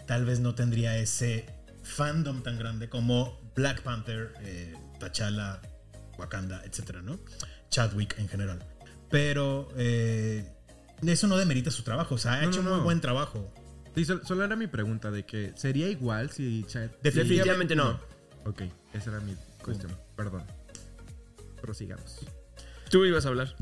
Speaker 3: tal vez no tendría ese fandom tan grande como Black Panther, eh, T'Challa, Wakanda, etcétera, ¿no? Chadwick en general. Pero eh, eso no demerita su trabajo. O sea, ha
Speaker 4: No,
Speaker 3: hecho
Speaker 4: no,
Speaker 3: muy
Speaker 4: no.
Speaker 3: buen trabajo.
Speaker 4: Sí, sol- solo era mi pregunta de que sería igual si Chad.
Speaker 2: Definitivamente no.
Speaker 4: Ok, esa era mi cuestión. Perdón. Prosigamos.
Speaker 2: Tú ibas a hablar.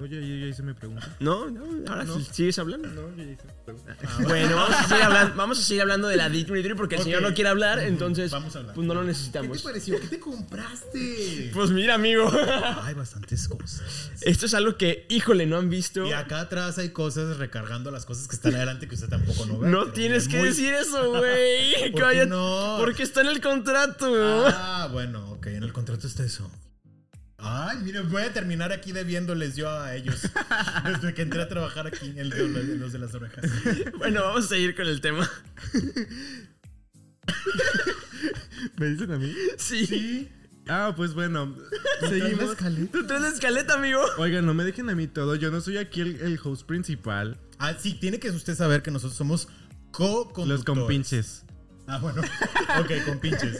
Speaker 4: Oye, yo ya hice mi pregunta.
Speaker 2: No, no, ahora sí sigues hablando.
Speaker 4: No, yo ya hice mi pregunta.
Speaker 2: Bueno, vamos a seguir hablando, vamos a seguir hablando de la Disney Tree porque el
Speaker 3: Ok.
Speaker 2: señor no quiere hablar,
Speaker 3: Ujú,
Speaker 2: entonces
Speaker 3: vamos a hablar.
Speaker 2: pues no lo
Speaker 3: ¿Qué te
Speaker 2: necesitamos.
Speaker 3: pareció? ¿Qué te compraste?
Speaker 2: Pues mira, amigo,
Speaker 3: Hay bastantes cosas.
Speaker 2: esto es algo que, híjole, no han visto.
Speaker 3: Y acá atrás hay cosas recargando las cosas que están adelante que usted tampoco no ve.
Speaker 2: No
Speaker 3: pero
Speaker 2: tienes
Speaker 3: muy-
Speaker 2: que decir eso, güey.
Speaker 3: ¿Por qué
Speaker 2: Cállate.
Speaker 3: no?
Speaker 2: Porque está en el contrato.
Speaker 3: Ah, bueno, ok, en el contrato está eso. Ay, mire, voy a terminar aquí debiéndoles yo a ellos. Desde que entré a trabajar aquí en los, los de las orejas.
Speaker 2: Bueno, vamos a seguir con el tema.
Speaker 4: ¿Me dicen a mí?
Speaker 2: Sí.
Speaker 4: Ah, pues bueno.
Speaker 3: ¿Traes
Speaker 4: Seguimos.
Speaker 3: escaleta?
Speaker 2: Tú traes la escaleta, amigo.
Speaker 4: Oigan, no me dejen a mí todo. Yo no soy aquí el, el host principal.
Speaker 3: Ah, sí, tiene que usted saber que nosotros somos co-conductores.
Speaker 4: Los compinches.
Speaker 3: Ah, bueno. Ok, compinches.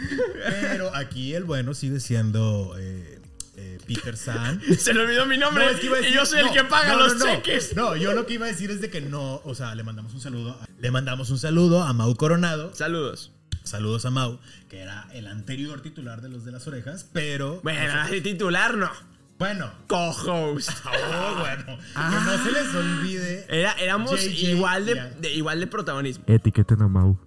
Speaker 3: Pero aquí el bueno sigue siendo eh, eh, Peter San.
Speaker 2: Se le olvidó mi nombre.
Speaker 3: es que iba a
Speaker 2: y
Speaker 3: decir-
Speaker 2: yo soy
Speaker 3: no,
Speaker 2: el que paga
Speaker 3: no, no,
Speaker 2: los
Speaker 3: no.
Speaker 2: cheques.
Speaker 3: No, yo lo que iba a decir es de que no, o sea, le mandamos un saludo. a- le mandamos un saludo a Mau Coronado.
Speaker 2: Saludos.
Speaker 3: Saludos a Mau, que era el anterior titular de los de las orejas, pero
Speaker 2: Bueno, así titular no.
Speaker 3: bueno.
Speaker 2: Co-host.
Speaker 3: Oh, bueno. Que no se les olvide.
Speaker 2: Era, éramos
Speaker 3: JJ,
Speaker 2: igual, de,
Speaker 3: ya.
Speaker 2: de- igual de protagonismo.
Speaker 4: Etiqueten a Mau.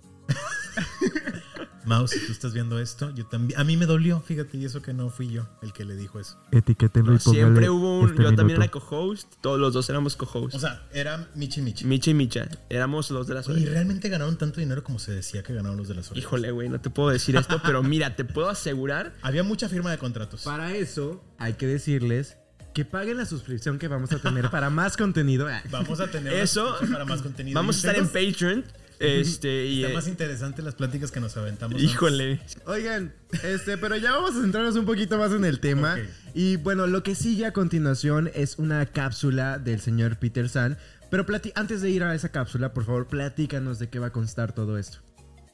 Speaker 3: Mau, si tú estás viendo esto, yo también. A mí me dolió, fíjate, y eso que no fui yo el que le dijo eso.
Speaker 4: Etiquétenlo este
Speaker 2: Siempre hubo un. yo también era co-host. Todos los dos éramos co-host.
Speaker 3: O sea, era Michi Michi.
Speaker 2: Micha y Micha. Éramos los de las
Speaker 3: Y
Speaker 2: orejas.
Speaker 3: realmente ganaron tanto dinero como se decía que ganaron los de las orejas.
Speaker 2: Híjole, güey, no te puedo decir esto, pero mira, te puedo asegurar
Speaker 3: Había mucha firma de contratos.
Speaker 4: Para eso, hay que decirles que paguen la suscripción que vamos a tener para más contenido.
Speaker 3: Vamos a tener
Speaker 2: Eso.
Speaker 3: para más contenido.
Speaker 2: Vamos a estar en
Speaker 3: Tengo-
Speaker 2: Patreon. Este, y.
Speaker 3: Está
Speaker 2: eh,
Speaker 3: más interesante las pláticas que nos aventamos. antes.
Speaker 2: híjole.
Speaker 4: Oigan, este, pero ya vamos a centrarnos un poquito más en el tema.
Speaker 3: Ok.
Speaker 4: Y bueno, lo que sigue a continuación es una cápsula del señor Peter San. Pero plati- antes de ir a esa cápsula, por favor, platícanos de qué va a constar todo esto.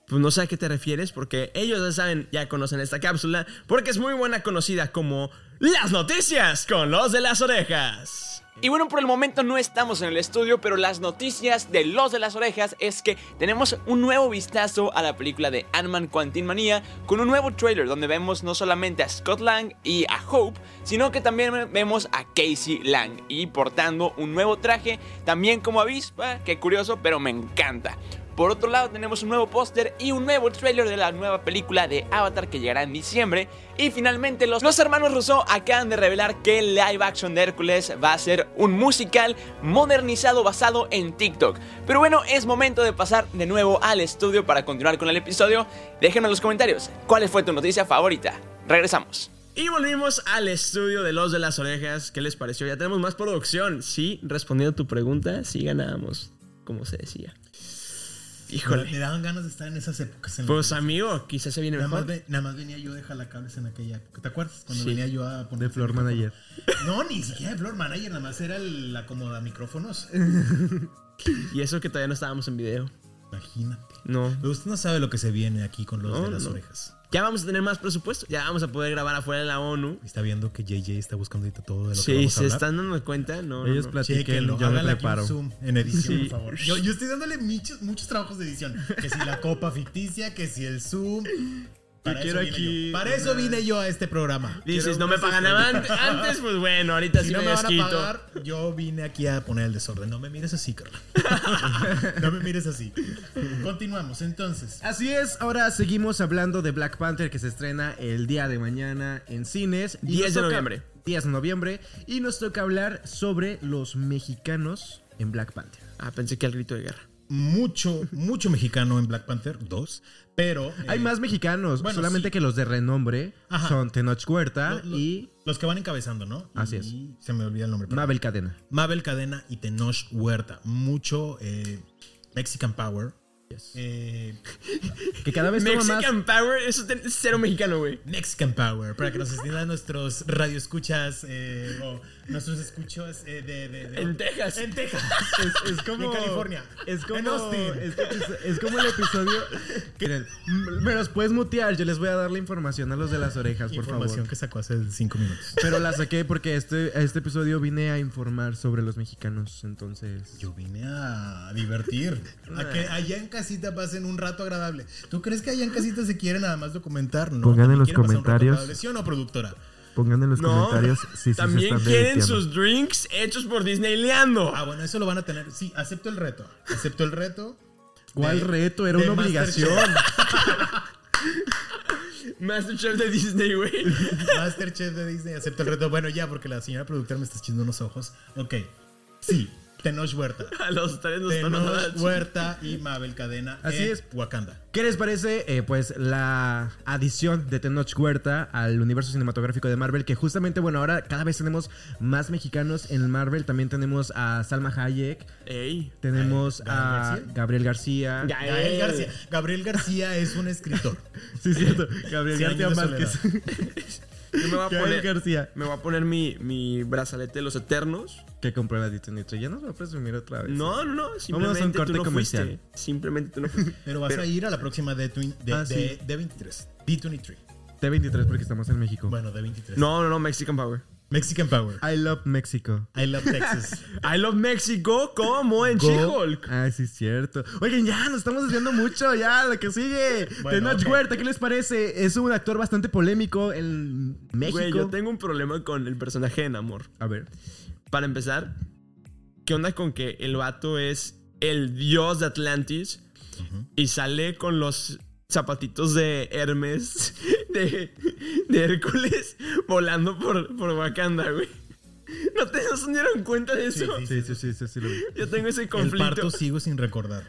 Speaker 2: Pues no sé a qué te refieres, porque ellos ya saben, ya conocen esta cápsula, porque es muy buena conocida como Las Noticias con los de las orejas.
Speaker 1: Y bueno, por el momento no estamos en el estudio, pero las noticias de los de las orejas es que tenemos un nuevo vistazo a la película de Ant-Man Quantin Manía con un nuevo trailer donde vemos no solamente a Scott Lang y a Hope, sino que también vemos a Casey Lang y portando un nuevo traje, también como avispa, que curioso, pero me encanta. Por otro lado tenemos un nuevo póster y un nuevo trailer de la nueva película de Avatar que llegará en diciembre. Y finalmente los, los hermanos Rousseau acaban de revelar que el live action de Hércules va a ser un musical modernizado basado en TikTok. Pero bueno, es momento de pasar de nuevo al estudio para continuar con el episodio. Déjenme en los comentarios cuál fue tu noticia favorita. Regresamos.
Speaker 2: Y volvimos al estudio de los de las orejas. ¿Qué les pareció? Ya tenemos más producción. Sí, respondiendo a tu pregunta, sí ganábamos, como se decía.
Speaker 3: Me,
Speaker 2: Híjole.
Speaker 3: me daban ganas de estar en esas épocas. en
Speaker 2: Pues
Speaker 3: las-
Speaker 2: amigo, quizás se viene
Speaker 3: nada, más
Speaker 2: mejor.
Speaker 3: ve- nada más venía yo de jalacables en aquella época. ¿Te acuerdas? Cuando
Speaker 2: Sí.
Speaker 3: venía yo a poner.
Speaker 4: De Floor Manager.
Speaker 3: No, ni siquiera de Floor Manager, nada más era el acomoda micrófonos.
Speaker 2: Y eso que todavía no estábamos en video.
Speaker 3: Imagínate.
Speaker 2: No.
Speaker 3: Pero usted no sabe lo que se viene aquí con los
Speaker 2: No,
Speaker 3: de las
Speaker 2: no.
Speaker 3: orejas.
Speaker 2: Ya vamos a tener más presupuesto. Ya vamos a poder grabar afuera de la ONU.
Speaker 3: Está viendo que JJ está buscando ahorita todo de lo que
Speaker 2: Sí,
Speaker 3: vamos a
Speaker 2: se
Speaker 3: hablar.
Speaker 2: están dando cuenta. No, no,
Speaker 4: Ellos
Speaker 2: no.
Speaker 4: platiquen,
Speaker 3: Chequenlo,
Speaker 4: yo me
Speaker 3: háganle aquí un
Speaker 4: preparo.
Speaker 3: zoom en edición,
Speaker 2: Sí.
Speaker 3: por favor. Yo, yo estoy dándole muchos, muchos trabajos de edición. Que si la copa ficticia, que si el zoom. Para, eso
Speaker 4: quiero
Speaker 3: vine,
Speaker 4: aquí
Speaker 3: yo. Para eso vine yo a este programa.
Speaker 2: Dices, no me pagan antes, antes, pues bueno, ahorita sí
Speaker 3: Si no
Speaker 2: me
Speaker 3: me van a
Speaker 2: desquito.
Speaker 3: pagar, yo vine aquí a poner el desorden. No me mires así, Carla. No me mires así. Continuamos, entonces.
Speaker 4: Así es, ahora seguimos hablando de Black Panther que se estrena el día de mañana en cines. Y
Speaker 2: 10
Speaker 4: nos
Speaker 2: de noviembre.
Speaker 4: 10 de noviembre. Y nos toca hablar sobre los mexicanos en Black Panther.
Speaker 2: Ah, pensé que al grito de guerra.
Speaker 3: Mucho, mucho mexicano en Black Panther 2, pero... eh,
Speaker 4: Hay más mexicanos,
Speaker 3: bueno,
Speaker 4: solamente
Speaker 3: sí.
Speaker 4: que los de renombre
Speaker 3: Ajá.
Speaker 4: son Tenoch Huerta
Speaker 3: ah, lo- lo-
Speaker 4: y
Speaker 3: Los que van encabezando, ¿no?
Speaker 4: Así
Speaker 3: Y
Speaker 4: es.
Speaker 3: Se me olvida el nombre. pero-
Speaker 4: Mabel Cadena.
Speaker 3: Mabel Cadena y Tenoch Huerta. Mucho eh, Mexican Power eh,
Speaker 4: Que cada vez toma más.
Speaker 2: Mexican Power, eso es cero mexicano, güey.
Speaker 3: Mexican Power, para que nos entiendan nuestros radioescuchas eh, o nuestros escuchas eh, de, de- de-
Speaker 2: En Texas.
Speaker 3: En Texas.
Speaker 4: Es, es como.
Speaker 3: En California.
Speaker 4: Es
Speaker 3: En
Speaker 4: como.
Speaker 3: Austin.
Speaker 4: Es, es como el episodio. que- Miren, m- me los puedes mutear. Yo les voy a dar la información a los de las orejas, por
Speaker 3: Información
Speaker 4: favor.
Speaker 3: que sacó hace cinco minutos.
Speaker 4: Pero la saqué porque este, a este episodio vine a informar sobre los mexicanos. Entonces.
Speaker 3: Yo vine a divertir. A que allá en casita pasen un rato agradable. ¿Tú crees que allá en casita se quiere nada más documentar? No.
Speaker 4: Pongan en
Speaker 3: también
Speaker 4: los
Speaker 3: quieren pasar un rato
Speaker 4: comentarios.
Speaker 3: agradable, ¿Sí o no, productora?
Speaker 4: Pongan en los
Speaker 2: No, también quieren sus drinks hechos por Disneyleando.
Speaker 3: Ah, bueno, eso lo van a tener. Sí, acepto el reto. Acepto el reto.
Speaker 4: ¿Cuál
Speaker 3: de-
Speaker 4: reto? Era
Speaker 3: de
Speaker 4: una
Speaker 3: Masterchef.
Speaker 4: obligación.
Speaker 2: Masterchef de Disney, güey.
Speaker 3: Masterchef de Disney, acepto el reto. Bueno, ya, porque la señora productora me está echando unos ojos. Ok. Sí, Tenoch Huerta.
Speaker 2: A los tres nos van a dar
Speaker 3: Tenoch Huerta y Mabel Cadena.
Speaker 4: Así
Speaker 3: en
Speaker 4: es.
Speaker 3: Wakanda.
Speaker 4: ¿Qué les parece, eh, pues, la adición de Tenoch Huerta al universo cinematográfico de Marvel? Que justamente, bueno, ahora cada vez tenemos más mexicanos en Marvel. También tenemos a Salma Hayek,
Speaker 2: Ey.
Speaker 4: tenemos
Speaker 3: Gael
Speaker 4: a
Speaker 3: García.
Speaker 4: Gabriel García.
Speaker 2: Gael.
Speaker 3: Gabriel García. Gabriel García es un escritor.
Speaker 4: Sí, cierto. Gabriel
Speaker 3: Cien
Speaker 4: García
Speaker 3: años de
Speaker 4: Márquez.
Speaker 2: Yo me voy a
Speaker 4: Gabriel
Speaker 2: poner,
Speaker 4: García.
Speaker 2: me voy a poner mi, mi brazalete de los eternos.
Speaker 4: Que compró la Titanitra. Ya nos va a presumir otra vez.
Speaker 2: No, no, no. Simplemente
Speaker 4: a un corte
Speaker 2: tú no
Speaker 4: comercial. Pues.
Speaker 2: fuiste. Simplemente tú no fuiste.
Speaker 3: Pero vas a ir a la próxima de, Twin- de,
Speaker 4: Ah,
Speaker 3: de-
Speaker 4: sí.
Speaker 3: de 23. D23.
Speaker 4: T23 porque estamos en México.
Speaker 3: Bueno, de 23.
Speaker 2: No, no, no. Mexican Power.
Speaker 3: Mexican Power.
Speaker 4: I love México.
Speaker 3: I love Texas.
Speaker 2: I love Mexico como en
Speaker 3: Go.
Speaker 2: She-Hulk.
Speaker 4: Ah, sí, es cierto. Oigan, ya nos estamos desviando mucho. Ya, lo que sigue.
Speaker 3: Bueno,
Speaker 4: Tenoch
Speaker 3: ok.
Speaker 4: Huerta, ¿qué les parece? Es un actor bastante polémico en México.
Speaker 2: Güey, yo tengo un problema con el personaje de Namor.
Speaker 4: A ver.
Speaker 2: Para empezar, ¿qué onda con que el vato es el dios de Atlantis y sale con los zapatitos de Hermes, de, de Hércules, volando por, por Wakanda, güey? ¿No, te, no se dieron cuenta de eso?
Speaker 4: Sí, sí, sí, sí, sí. lo vi.
Speaker 2: Yo tengo ese
Speaker 3: El
Speaker 2: conflicto.
Speaker 3: parto sigo sin recordar.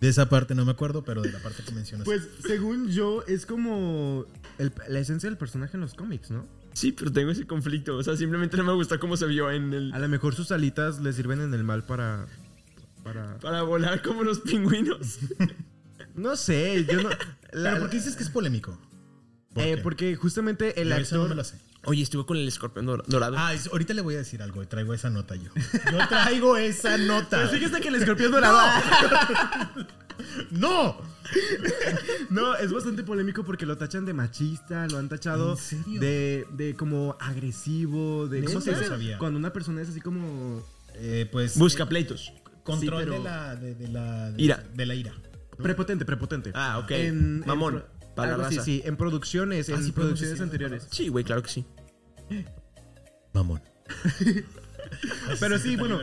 Speaker 3: De esa parte no me acuerdo, pero de la parte que mencionas.
Speaker 4: Pues, según yo, es como el- la esencia del personaje en los cómics, ¿no?
Speaker 2: Sí, pero tengo ese conflicto. O sea, simplemente no me gustó cómo se vio en el...
Speaker 4: A lo mejor sus alitas le sirven en el mal para... Para...
Speaker 2: Para volar como los pingüinos.
Speaker 4: No sé, yo no... la-
Speaker 3: ¿Pero por qué dices que es polémico? ¿Por
Speaker 4: eh,
Speaker 3: qué?
Speaker 4: porque justamente el
Speaker 3: Yo esa no
Speaker 4: actor...
Speaker 3: me la sé.
Speaker 2: Oye, estuvo con el escorpión dor- dorado.
Speaker 3: Ah, es- ahorita le voy a decir algo. y Traigo esa nota yo. Yo traigo esa nota.
Speaker 4: Fíjese que el escorpión dorado...
Speaker 3: ¡No!
Speaker 4: No, es bastante polémico porque lo tachan de machista, lo han tachado
Speaker 3: ¿En serio?
Speaker 4: de, de como agresivo, de
Speaker 3: ¿Neta?
Speaker 4: ¿cómo se
Speaker 3: Eso
Speaker 4: dice?
Speaker 3: sabía.
Speaker 4: Cuando una persona es así como
Speaker 3: Eh, pues.
Speaker 2: Busca pleitos.
Speaker 3: eh, Control
Speaker 4: sí, pero- Ah,
Speaker 3: de la. De, de la de-
Speaker 2: Ira.
Speaker 3: De la ira.
Speaker 4: prepotente, prepotente.
Speaker 2: Ah, ok.
Speaker 4: En- en
Speaker 2: Mamón.
Speaker 4: pro-
Speaker 2: para la
Speaker 4: algo así,
Speaker 2: raza. Ah,
Speaker 4: sí, en producciones, en
Speaker 3: sí, podemos
Speaker 4: producciones
Speaker 3: decir
Speaker 4: anteriores.
Speaker 2: Sí, güey, claro que sí.
Speaker 3: Mamón.
Speaker 4: Pero sí, bueno,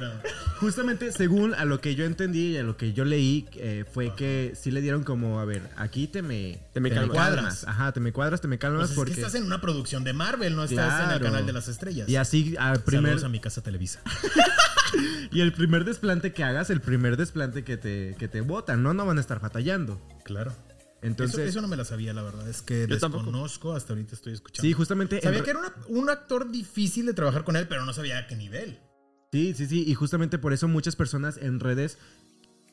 Speaker 4: justamente según a lo que yo entendí y a lo que yo leí, eh, fue que sí le dieron como, a ver, aquí te me,
Speaker 2: Te me calmas.
Speaker 4: cuadras. Ajá, te me cuadras, te me calmas
Speaker 3: Pues es
Speaker 4: porque...
Speaker 3: que estás en una producción de Marvel, no estás en el
Speaker 4: Claro.
Speaker 3: canal de las estrellas.
Speaker 4: Y así, al primer,
Speaker 3: Saludos a mi casa Televisa.
Speaker 4: Y el primer desplante que hagas, el primer desplante que te, que te botan, ¿no? No van a estar batallando.
Speaker 3: Claro.
Speaker 4: Entonces,
Speaker 3: eso, eso no me la sabía, la verdad. Es que
Speaker 2: Yo tampoco.
Speaker 3: desconozco. Hasta ahorita estoy escuchando.
Speaker 4: sí, justamente... en
Speaker 3: Sabía
Speaker 4: re-
Speaker 3: que era una- un actor difícil de trabajar con él, pero no sabía a qué nivel.
Speaker 4: Sí, sí, sí. Y justamente por eso muchas personas en redes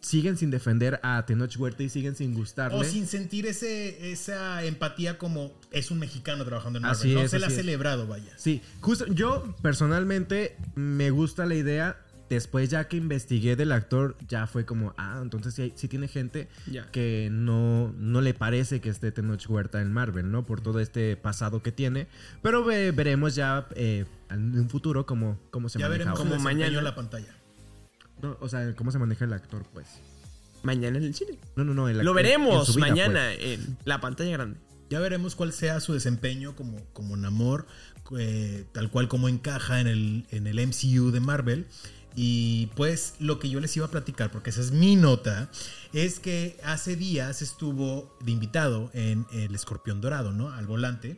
Speaker 4: siguen sin defender a Tenoch Huerta y siguen sin gustarle.
Speaker 3: O sin sentir ese, esa empatía como es un mexicano trabajando en Marvel.
Speaker 4: Así
Speaker 3: no
Speaker 4: es,
Speaker 3: se la ha
Speaker 4: así es.
Speaker 3: celebrado, vaya.
Speaker 4: Sí, justo yo personalmente me gusta la idea. Después ya que investigué del actor, ya fue como, ah, entonces sí, hay- sí tiene gente
Speaker 2: Ya.
Speaker 4: que no, no le parece que esté Tenoch Huerta en Marvel, ¿no? Por todo este pasado que tiene. Pero ve- veremos ya eh, en un futuro cómo, cómo se
Speaker 3: Ya
Speaker 4: maneja.
Speaker 3: veremos
Speaker 2: Como
Speaker 3: como
Speaker 2: mañana.
Speaker 3: mañana en la pantalla.
Speaker 4: No, o sea, cómo se maneja el actor, pues.
Speaker 2: Mañana en el cine.
Speaker 4: No, no, no. el
Speaker 2: Lo
Speaker 4: actor en
Speaker 2: veremos
Speaker 4: su vida,
Speaker 2: mañana
Speaker 4: pues.
Speaker 2: en la pantalla grande.
Speaker 3: Ya veremos cuál sea su desempeño como, como Namor, eh, tal cual como encaja en el, en el MCU de Marvel. Y pues lo que yo les iba a platicar, porque esa es mi nota, es que hace días estuvo de invitado en El Escorpión Dorado, ¿no? Al volante.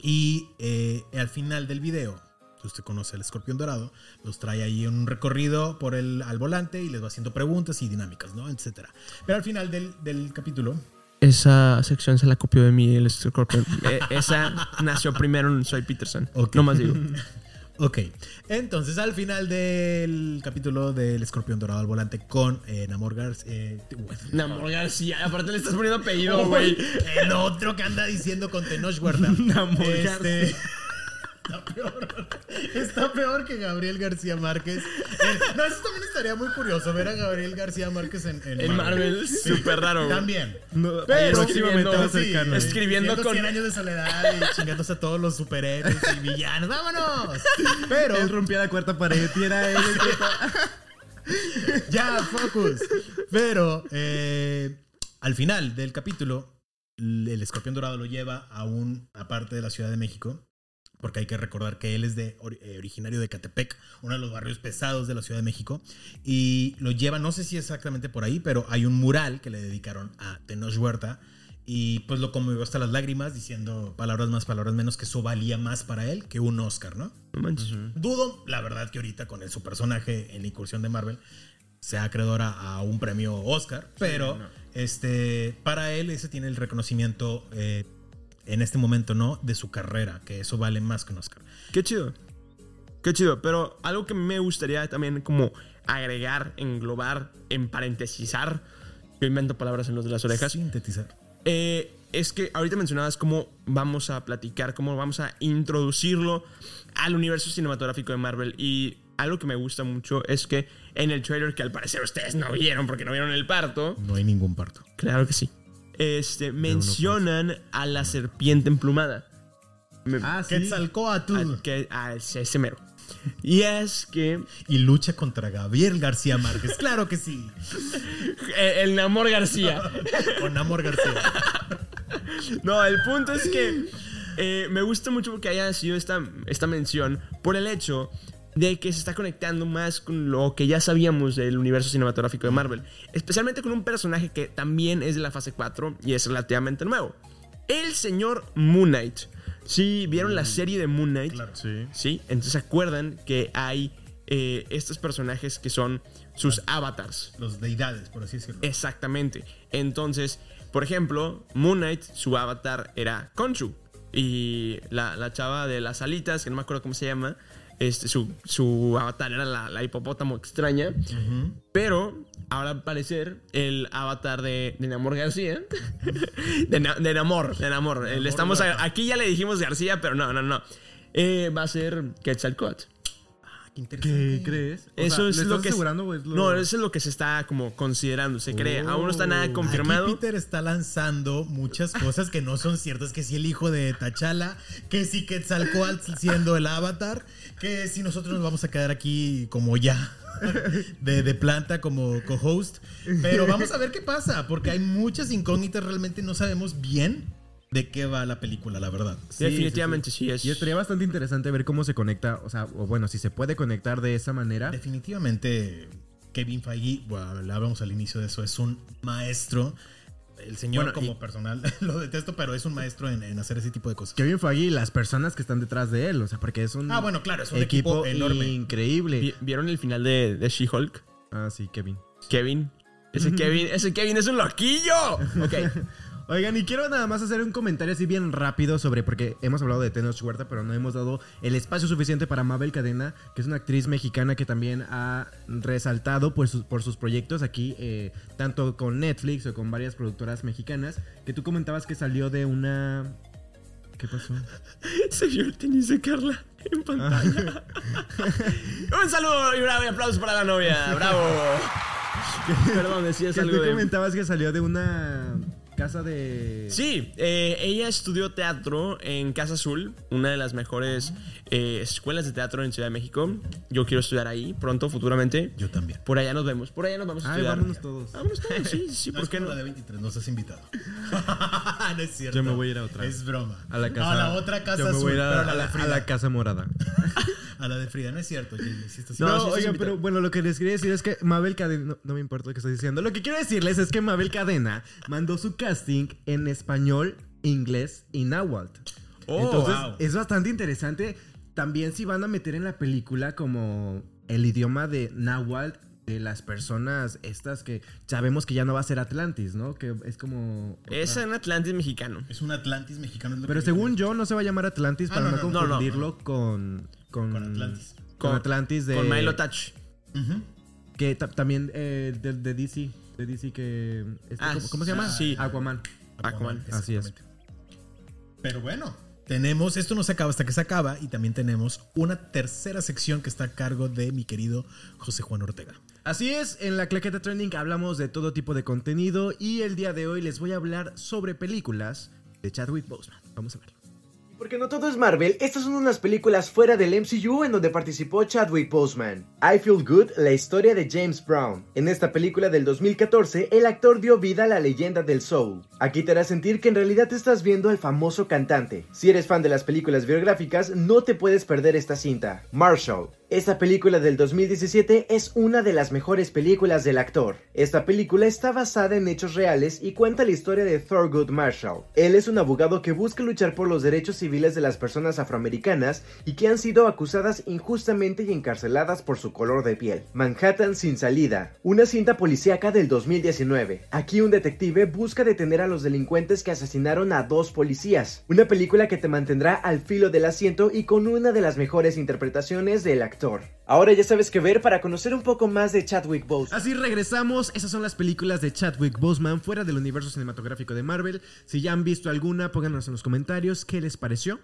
Speaker 3: Y eh, al final del video, si usted conoce al escorpión dorado, los trae ahí en un recorrido por el, al volante y les va haciendo preguntas y dinámicas, ¿no? Etcétera. Pero al final del, del capítulo,
Speaker 2: Esa sección se la copió E-, de mí el escorpión. esa nació primero en Soy Peterson.
Speaker 3: Ok.
Speaker 2: No más digo.
Speaker 3: Ok, entonces al final del capítulo del escorpión dorado al volante con eh, Namor García.
Speaker 2: Namor García, aparte le estás poniendo apellido, Oh, güey.
Speaker 3: el otro que anda diciendo con Tenoch Huerta.
Speaker 4: Namor
Speaker 3: Este,
Speaker 4: García.
Speaker 3: Está peor. Está peor que Gabriel García Márquez. Eh, no, eso también estaría muy curioso ver a Gabriel García Márquez en, en
Speaker 2: En Marvel, súper raro, güey.
Speaker 3: También.
Speaker 4: pues. No,
Speaker 2: Pero
Speaker 4: próximamente
Speaker 2: escribiendo-
Speaker 4: va a ser canon.
Speaker 2: es que- escribiendo
Speaker 3: Haciendo
Speaker 2: con-
Speaker 3: 100 años de soledad y chingándose a todos los superhéroes y villanos. ¡Vámonos! Pero
Speaker 4: Él rompía la cuarta pared y era él el que
Speaker 3: Ya, focus. Pero eh, al final del capítulo, l- el escorpión dorado lo lleva a un aparte de la Ciudad de México, porque hay que recordar que él es de ori- eh, originario de Catepec, uno de los barrios pesados de la Ciudad de México, y lo lleva, no sé si exactamente por ahí, pero hay un mural que le dedicaron a Tenoch Huerta. Y pues lo conmovió hasta las lágrimas diciendo palabras más, palabras menos, que eso valía más para él que un Oscar, ¿no?
Speaker 2: No manches.
Speaker 3: Dudo, la verdad, que ahorita con el- su personaje en la incursión de Marvel sea acreedora a un premio Oscar, pero este, para él ese tiene el reconocimiento eh, en este momento, ¿no? De su carrera, que eso vale más que un Oscar.
Speaker 2: Qué chido. Qué chido. Pero algo que me gustaría también como agregar, englobar, emparentesizar. Yo invento palabras en los de las orejas.
Speaker 3: Sintetizar.
Speaker 2: Eh, es que ahorita mencionabas cómo vamos a platicar, cómo vamos a introducirlo al universo cinematográfico de Marvel. Y algo que me gusta mucho es que en el trailer, que al parecer ustedes no vieron porque no vieron el parto.
Speaker 3: No hay ningún parto.
Speaker 2: Claro que sí. Este, mencionan a la serpiente emplumada. Me-
Speaker 4: Ah, sí.
Speaker 3: Quetzalcóatl.
Speaker 2: a- que, a ese, ese mero. Y es que
Speaker 3: Y lucha contra Gabriel García Márquez. Claro que sí.
Speaker 2: eh, el Namor García.
Speaker 3: Con Amor García.
Speaker 2: No, el punto es que eh, me gusta mucho que haya sido esta, esta mención por el hecho de que se está conectando más con lo que ya sabíamos del universo cinematográfico de Marvel. Especialmente con un personaje que también es de la fase 4 y es relativamente nuevo. El señor Moon Knight. Si vieron la serie de Moon Knight,
Speaker 4: Sí.
Speaker 2: ¿sí? Entonces se acuerdan que hay eh, estos personajes que son sus avatars.
Speaker 3: Los deidades, por así decirlo.
Speaker 2: Exactamente. Entonces, por ejemplo, Moon Knight, su avatar era Conchu. Y la, la chava de las alitas, que no me acuerdo cómo se llama, este, su, su avatar era la, la hipopótamo extraña. Pero, ahora al parecer, el avatar de, de Namor García. de, Na- de Namor, de Namor. Le estamos a- aquí ya le dijimos García, pero no, no, no. Eh, va a ser Quetzalcóatl.
Speaker 4: Ah, ¿Qué crees? O
Speaker 2: Eso
Speaker 4: sea, ¿le
Speaker 2: es
Speaker 4: estás
Speaker 2: lo que
Speaker 4: asegurando, güey? Es lo-
Speaker 2: no, eso es lo que se está como considerando, se cree. Aún no está
Speaker 4: Oh.
Speaker 2: nada confirmado.
Speaker 3: Aquí Peter está lanzando muchas cosas que no son ciertas, que si el hijo de Tachala, que si Quetzalcoatl siendo el avatar, que si nosotros nos vamos a quedar aquí como ya de, de planta como co-host, pero vamos a ver qué pasa, porque hay muchas incógnitas, realmente no sabemos bien de qué va la película, la verdad.
Speaker 4: Sí,
Speaker 2: Definitivamente sí, es.
Speaker 4: Y estaría bastante interesante ver cómo se conecta, o sea, o bueno, si se puede conectar de esa manera.
Speaker 3: Definitivamente Kevin Feige, bueno, hablábamos al inicio de eso, es un maestro. El señor
Speaker 2: Bueno,
Speaker 3: como personal lo detesto, pero es un maestro en, en hacer ese tipo de cosas.
Speaker 4: Kevin Feige y las personas que están detrás de él, o sea, porque es un,
Speaker 3: Ah, bueno, claro, es un equipo enorme.
Speaker 4: increíble.
Speaker 2: Vi- ¿Vieron el final de, de She-Hulk?
Speaker 4: Ah, sí, Kevin.
Speaker 2: Kevin. Ese Kevin, ese Kevin es un loquillo. Ok.
Speaker 4: Oigan, y quiero nada más hacer un comentario así bien rápido sobre, porque hemos hablado de Tenoch Huerta, pero no hemos dado el espacio suficiente para Mabel Cadena, que es una actriz mexicana que también ha resaltado por sus, por sus proyectos aquí, eh, tanto con Netflix o con varias productoras mexicanas, que tú comentabas que salió de una... ¿Qué pasó?
Speaker 2: Se vio el tenis de Carla en pantalla. un saludo y bravo y aplausos para la novia. Bravo. Perdón, decías
Speaker 4: Que
Speaker 2: algo
Speaker 4: tú
Speaker 2: de.
Speaker 4: comentabas que salió de una casa de...
Speaker 2: Sí, eh, ella estudió teatro en Casa Azul, una de las mejores eh, escuelas de teatro en Ciudad de México. Yo quiero estudiar ahí pronto, futuramente.
Speaker 3: Yo también.
Speaker 2: Por allá nos vemos, por allá nos vamos a
Speaker 4: Ay,
Speaker 2: estudiar.
Speaker 4: vámonos todos.
Speaker 2: Vámonos todos, sí, sí,
Speaker 3: No,
Speaker 2: ¿por
Speaker 3: es
Speaker 2: qué
Speaker 3: como
Speaker 2: no?
Speaker 3: la de 23, nos has invitado. no es cierto.
Speaker 4: Yo me voy a ir a otra.
Speaker 3: Es broma.
Speaker 4: A la casa...
Speaker 3: No, a la otra casa
Speaker 4: Yo me voy
Speaker 3: azul,
Speaker 4: a ir a-
Speaker 3: pero
Speaker 4: a la-
Speaker 3: de
Speaker 4: a
Speaker 3: Frida.
Speaker 4: la casa morada.
Speaker 3: A la de Frida, no es cierto. Jimmy, sí está
Speaker 4: No,
Speaker 3: cierto.
Speaker 2: sí, sí,
Speaker 4: oigan,
Speaker 2: invita-
Speaker 4: pero bueno, lo que les quería decir es que Mabel Cadena, no, no me importa lo que estoy diciendo, lo que quiero decirles es que Mabel Cadena mandó su casting en español, inglés y náhuatl.
Speaker 2: Oh,
Speaker 4: Entonces,
Speaker 2: wow.
Speaker 4: es bastante interesante también si van a meter en la película como el idioma de náhuatl de las personas estas que sabemos que ya no va a ser Atlantis, ¿no? Que es como... otra-
Speaker 2: Es en Atlantis mexicano.
Speaker 3: Es un Atlantis mexicano. es lo
Speaker 4: Pero
Speaker 3: que-
Speaker 4: según yo no se va a llamar Atlantis
Speaker 3: Ah,
Speaker 4: para
Speaker 3: no,
Speaker 4: no,
Speaker 3: no, no,
Speaker 2: no.
Speaker 4: confundirlo Con, con...
Speaker 3: Con Atlantis.
Speaker 4: Con Atlantis de...
Speaker 2: Con Milo Touch.
Speaker 3: Ujú.
Speaker 4: Que ta- también eh, de, de DC. De DC que... este,
Speaker 2: Ah,
Speaker 4: ¿cómo, cómo se llama?
Speaker 2: sí.
Speaker 4: Aquaman.
Speaker 2: Aquaman.
Speaker 4: Así es.
Speaker 3: Exactamente. Pero bueno, tenemos, esto no se acaba hasta que se acaba y también tenemos una tercera sección que está a cargo de mi querido José Juan Ortega.
Speaker 4: Así es, en la Claqueta Trending hablamos de todo tipo de contenido y el día de hoy les voy a hablar sobre películas de Chadwick Boseman. Vamos a verlo.
Speaker 7: Porque no todo es Marvel, estas son unas películas fuera del MCU en donde participó Chadwick Boseman. I Feel Good, la historia de James Brown. En esta película del 2014, el actor dio vida a la leyenda del soul. Aquí te hará sentir que en realidad estás viendo al famoso cantante. Si eres fan de las películas biográficas, no te puedes perder esta cinta, Marshall. Esta película del 2017 es una de las mejores películas del actor. Esta película está basada en hechos reales y cuenta la historia de Thurgood Marshall. Él es un abogado que busca luchar por los derechos civiles de las personas afroamericanas y que han sido acusadas injustamente y encarceladas por su color de piel. Manhattan sin salida, una cinta policíaca del 2019. Aquí un detective busca detener a los delincuentes que asesinaron a dos policías. Una película que te mantendrá al filo del asiento y con una de las mejores interpretaciones del actor. Ahora ya sabes qué ver para conocer un poco más de Chadwick Boseman.
Speaker 4: Así regresamos, esas son las películas de Chadwick Boseman fuera del universo cinematográfico de Marvel. Si ya han visto alguna, pónganos en los comentarios qué les pareció.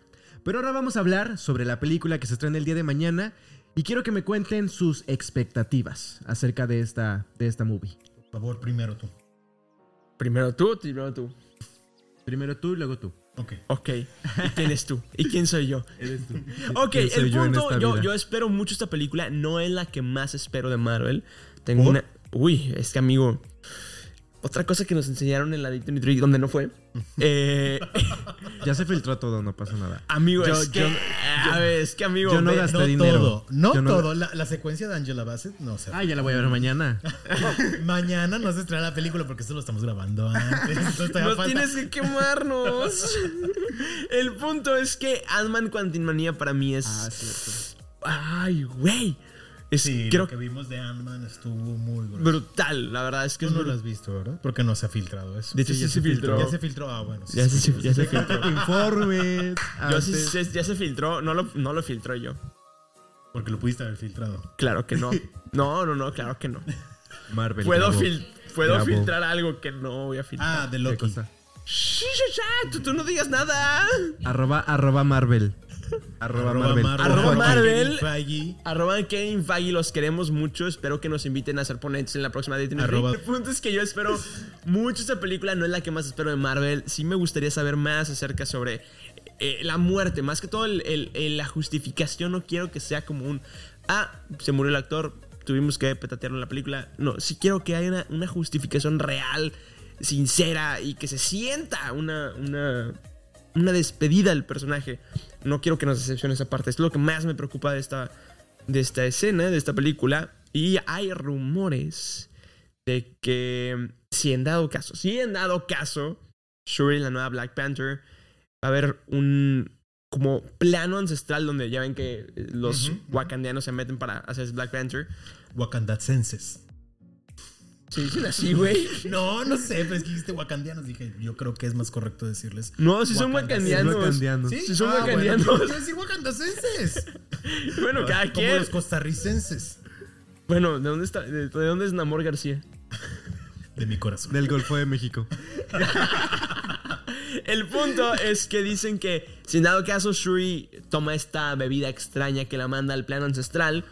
Speaker 4: Pero ahora vamos a hablar sobre la película que se estrena el día de mañana y quiero que me cuenten sus expectativas acerca de esta, de esta movie.
Speaker 3: Por favor, primero tú.
Speaker 2: Primero tú, primero tú.
Speaker 4: Primero tú y luego tú.
Speaker 3: Ok.
Speaker 2: Ok. ¿Y quién es tú? ¿Y quién soy yo?
Speaker 4: Eres tú.
Speaker 2: Ok,
Speaker 4: ¿Quién soy
Speaker 2: el
Speaker 4: yo en
Speaker 2: punto,
Speaker 4: esta
Speaker 2: yo,
Speaker 4: vida?
Speaker 2: yo espero mucho esta película. No es la que más espero de Marvel. Tengo
Speaker 3: ¿Por?
Speaker 2: una. Uy, es que amigo. Otra cosa que nos enseñaron en la Dayton Tree, donde no fue. Eh,
Speaker 4: Ya se filtró todo, no pasa nada.
Speaker 2: amigo,
Speaker 4: Yo-
Speaker 2: es que.
Speaker 4: yo-
Speaker 2: a ver, es que amigo.
Speaker 4: yo no
Speaker 2: ve-
Speaker 4: gasté-
Speaker 3: No
Speaker 4: dinero.
Speaker 3: todo, no
Speaker 4: Yo no-
Speaker 3: todo. La, la secuencia de Angela Bassett no se
Speaker 4: Ah, ya la voy a ver mañana.
Speaker 3: Mañana no se estrena la película porque esto lo estamos grabando antes. Entonces todavía
Speaker 2: No
Speaker 3: falta.
Speaker 2: tienes que quemarnos. El punto es que Ant-Man Quantumania para mí es. Ay, güey. Es,
Speaker 3: Sí,
Speaker 2: creo
Speaker 3: lo que vimos de Ant-Man estuvo muy brutal.
Speaker 2: brutal. La verdad es que es
Speaker 3: Tú no lo
Speaker 2: brutal.
Speaker 3: has visto, ¿verdad? Porque no se ha filtrado eso.
Speaker 2: De hecho, sí se filtró.
Speaker 3: Ya se filtró. Ah, bueno. sí
Speaker 2: Ya se, ya se filtró.
Speaker 4: Informes.
Speaker 2: Yo sí-
Speaker 4: antes.
Speaker 2: sí- ya se filtró. No lo, no lo filtró yo.
Speaker 3: Porque lo pudiste haber filtrado.
Speaker 2: Claro que no. No, no, no, claro que no.
Speaker 4: Marvel.
Speaker 2: Puedo,
Speaker 4: bravo.
Speaker 2: fil- puedo
Speaker 4: Bravo.
Speaker 2: filtrar algo que no voy a filtrar.
Speaker 3: Ah, de
Speaker 4: ¿Qué
Speaker 3: Loki.
Speaker 4: cosa?
Speaker 2: Shh, shh, shh, tú, tú no digas nada.
Speaker 4: Arroba, arroba Marvel. Arroba, Marvel.
Speaker 2: Arroba
Speaker 3: Kevin
Speaker 2: Marvel.
Speaker 3: Feige.
Speaker 2: Arroba Kevin Feige, los queremos mucho. Espero que nos inviten a ser ponentes en la próxima Dayton Free.
Speaker 3: Arroba-
Speaker 2: El punto es que yo espero mucho esta película. No es la que más espero de Marvel. Sí me gustaría saber más acerca sobre eh, la muerte. Más que todo, el- el- el- la justificación. No quiero que sea como un... Ah, se murió el actor. Tuvimos que petatearlo en la película. No, sí quiero que haya una, una justificación real, sincera y que se sienta una... una una despedida del personaje. No quiero que nos decepcione esa parte. Es lo que más me preocupa de esta, de esta escena, de esta película. Y hay rumores de que, si en dado caso, si en dado caso, Shuri, la nueva Black Panther, va a haber un como plano ancestral donde ya ven que eh, los wakandianos se meten para hacer Black Panther.
Speaker 3: Wakandatsenses.
Speaker 2: Se dicen así, güey.
Speaker 3: No, no sé, pero es que dijiste wakandianos. Dije, yo creo que es más correcto decirles.
Speaker 2: No, si son
Speaker 3: Wakandatsenses.
Speaker 2: wakandianos.
Speaker 4: Wakandianos.
Speaker 2: Si son
Speaker 3: Ah, bueno,
Speaker 2: wakandianos.
Speaker 3: yo quería decir wakandatsenses.
Speaker 2: Bueno, cada
Speaker 3: Como
Speaker 2: quien.
Speaker 3: los costarricenses.
Speaker 2: Bueno, ¿de dónde, está, de, de dónde es Namor García?
Speaker 3: De mi corazón.
Speaker 4: Del Golfo de México.
Speaker 2: El punto es que dicen que, sin dado caso, Shuri toma esta bebida extraña que la manda al plano ancestral,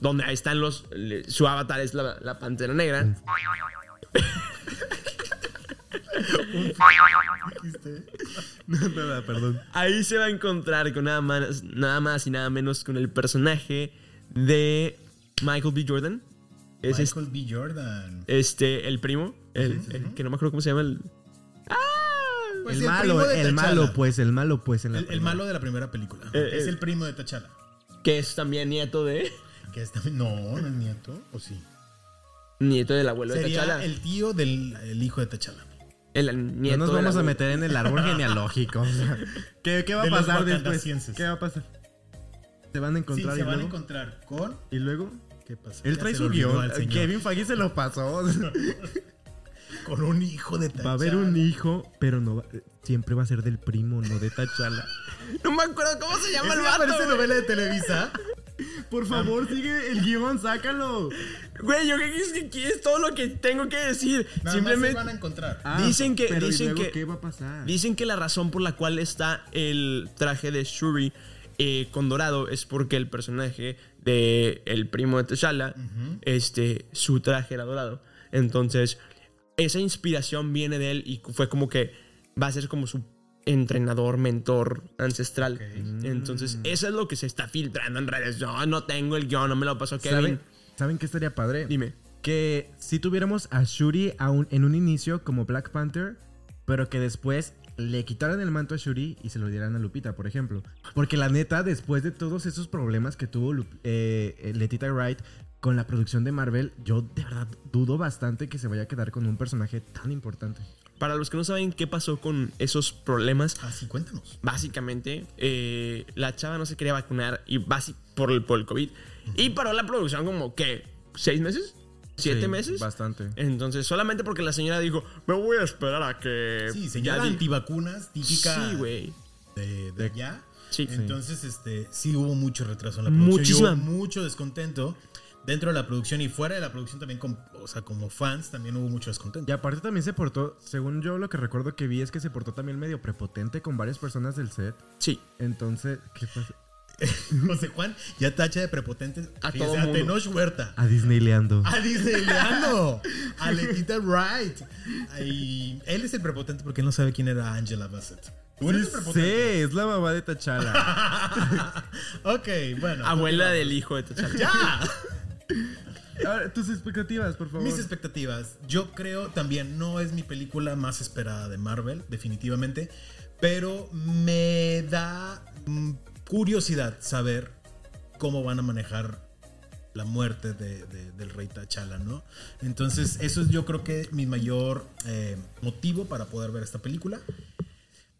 Speaker 2: donde ahí están los. le- Su avatar es la, la pantera negra.
Speaker 4: No, nada, perdón.
Speaker 2: Ahí se va a encontrar con nada más, nada más y nada menos con el personaje de Michael B. Jordan. Es
Speaker 3: Michael
Speaker 2: este,
Speaker 3: B. Jordan.
Speaker 2: este, el primo, el, el que no me acuerdo cómo se llama el.
Speaker 3: Pues
Speaker 4: el,
Speaker 3: sí, primo
Speaker 4: malo,
Speaker 3: de
Speaker 4: el
Speaker 3: T'Challa.
Speaker 4: malo, pues, el malo, pues. En la
Speaker 3: El, el malo de la primera película.
Speaker 2: Eh,
Speaker 3: es
Speaker 2: eh.
Speaker 3: el primo de T'Challa.
Speaker 2: que es también nieto de.
Speaker 3: Que es también- no, no es nieto, o sí.
Speaker 2: Nieto del abuelo de
Speaker 3: Sería
Speaker 2: T'Challa. El,
Speaker 3: el tío del el hijo de T'Challa.
Speaker 2: nieto
Speaker 4: no nos
Speaker 2: del
Speaker 4: vamos a
Speaker 2: abuelo.
Speaker 4: meter en el árbol genealógico. o sea, ¿qué, qué va a
Speaker 3: De los
Speaker 4: pasar después?
Speaker 3: wakandacienses.
Speaker 4: ¿Qué va a pasar? Se van a
Speaker 3: Sí,
Speaker 4: encontrar
Speaker 3: se
Speaker 4: y,
Speaker 3: van a
Speaker 4: luego,
Speaker 3: encontrar con
Speaker 4: y luego.
Speaker 3: ¿Qué pasó?
Speaker 8: Él
Speaker 3: Ya
Speaker 8: trae
Speaker 3: se
Speaker 8: su
Speaker 3: le olvidó
Speaker 4: eh,
Speaker 8: guión.
Speaker 3: al señor.
Speaker 8: Kevin Feige se lo pasó.
Speaker 3: Con un hijo de
Speaker 4: Va a haber un hijo, pero no va- siempre va a ser del primo, no de Tachala.
Speaker 8: no me acuerdo cómo se llama el vato.
Speaker 3: parece
Speaker 8: güey.
Speaker 3: novela de Televisa.
Speaker 8: Por favor, sigue el guión, sácalo.
Speaker 2: Güey, yo creo que es, que aquí es todo lo que tengo que decir.
Speaker 3: Nada
Speaker 2: Simplemente.
Speaker 3: más se van a encontrar.
Speaker 4: Ah.
Speaker 2: Dicen que-
Speaker 8: pero ¿y
Speaker 2: dicen
Speaker 8: luego
Speaker 2: que-
Speaker 8: ¿Qué va a pasar?
Speaker 2: Dicen que la razón por la cual está el traje de Shuri eh, con dorado es porque el personaje de el primo de T'Challa, este, su traje era dorado. Entonces, esa inspiración viene de él y fue como que va a ser como su entrenador, mentor ancestral.
Speaker 3: Mm.
Speaker 2: Entonces, eso es lo que se está filtrando en redes. Yo no tengo el guión, no me lo pasó Kevin.
Speaker 4: ¿Saben, ¿Saben qué estaría padre?
Speaker 2: Dime.
Speaker 4: Que si tuviéramos a Shuri aún en un inicio como Black Panther, pero que después le quitaran el manto a Shuri y se lo dieran a Lupita, por ejemplo. Porque la neta, después de todos esos problemas que tuvo Lup- eh, eh, Letitia Wright con la producción de Marvel, yo de verdad dudo bastante que se vaya a quedar con un personaje tan importante.
Speaker 2: Para los que no saben qué pasó con esos problemas,
Speaker 3: Así, Ah, cuéntanos.
Speaker 2: básicamente eh, la chava no se quería vacunar y basi- por, el, por el COVID y paró la producción como que seis meses, siete
Speaker 4: Sí,
Speaker 2: meses. Eh.
Speaker 4: Bastante.
Speaker 2: Entonces, solamente porque la señora dijo, me voy a esperar a que...
Speaker 3: Sí, señora
Speaker 2: Eh, ya di-".
Speaker 3: antivacunas, típica
Speaker 2: Sí, güey.
Speaker 3: de, de allá.
Speaker 2: Sí.
Speaker 3: Entonces, este, sí hubo mucho retraso en la producción. y hubo
Speaker 2: Muchísima.
Speaker 3: mucho descontento dentro de la producción y fuera de la producción también, con, o sea, como fans, también hubo mucho
Speaker 4: Y
Speaker 3: descontento.
Speaker 4: aparte también se portó, según yo lo que recuerdo que vi es que se portó también medio prepotente con varias personas del set.
Speaker 2: Sí.
Speaker 4: Entonces, ¿qué pasa?
Speaker 3: José Juan ya tacha de prepotentes
Speaker 2: A
Speaker 3: fíjese,
Speaker 2: todo
Speaker 3: a
Speaker 2: mundo.
Speaker 3: Tenoch Huerta.
Speaker 4: A Disneyleando.
Speaker 3: A Disney Leando, a Letita Wright. Y él es el prepotente porque él no sabe quién era Angela Bassett. Tú eres el
Speaker 4: Sí,
Speaker 3: prepotente.
Speaker 4: es la mamá de Tachala.
Speaker 3: ok, bueno.
Speaker 2: Abuela del hijo de T'Challa.
Speaker 3: ¡Ya!
Speaker 4: Ahora, tus expectativas, por favor.
Speaker 3: Mis expectativas. Yo creo también, no es mi película más esperada de Marvel, definitivamente. Pero me da mm, curiosidad saber cómo van a manejar la muerte de- de- del rey T'Challa, ¿no? Entonces, eso es yo creo que mi mayor eh, motivo para poder ver esta película.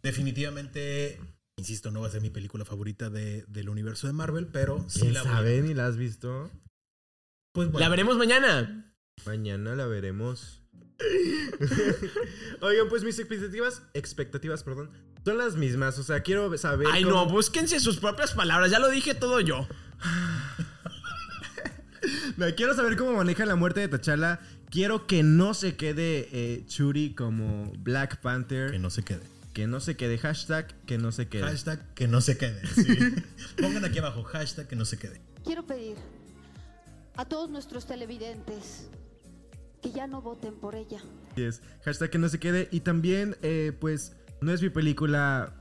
Speaker 3: Definitivamente, insisto, no va a ser mi película favorita de- del universo de Marvel, pero sí
Speaker 4: ¿Quién
Speaker 3: la voy a-
Speaker 4: sabe ni la has visto?
Speaker 3: Pues bueno.
Speaker 2: La veremos mañana.
Speaker 4: Mañana la veremos. Oigan, pues mis expectativas, expectativas, perdón, son las mismas. O sea, quiero saber.
Speaker 2: Ay,
Speaker 4: cómo-
Speaker 2: no, búsquense sus propias palabras. Ya lo dije todo yo.
Speaker 4: No, quiero saber cómo maneja la muerte de T'Challa. Quiero que no se quede eh, Churi como Black Panther.
Speaker 3: Que no se quede.
Speaker 4: Que no se quede hashtag, que no se quede.
Speaker 3: Hashtag que no se quede. sí. Pongan aquí abajo, hashtag que no se quede.
Speaker 9: Quiero pedir a todos nuestros televidentes que ya no voten por ella.
Speaker 4: Así es. Hashtag que no se quede. Y también, eh, pues, no es mi película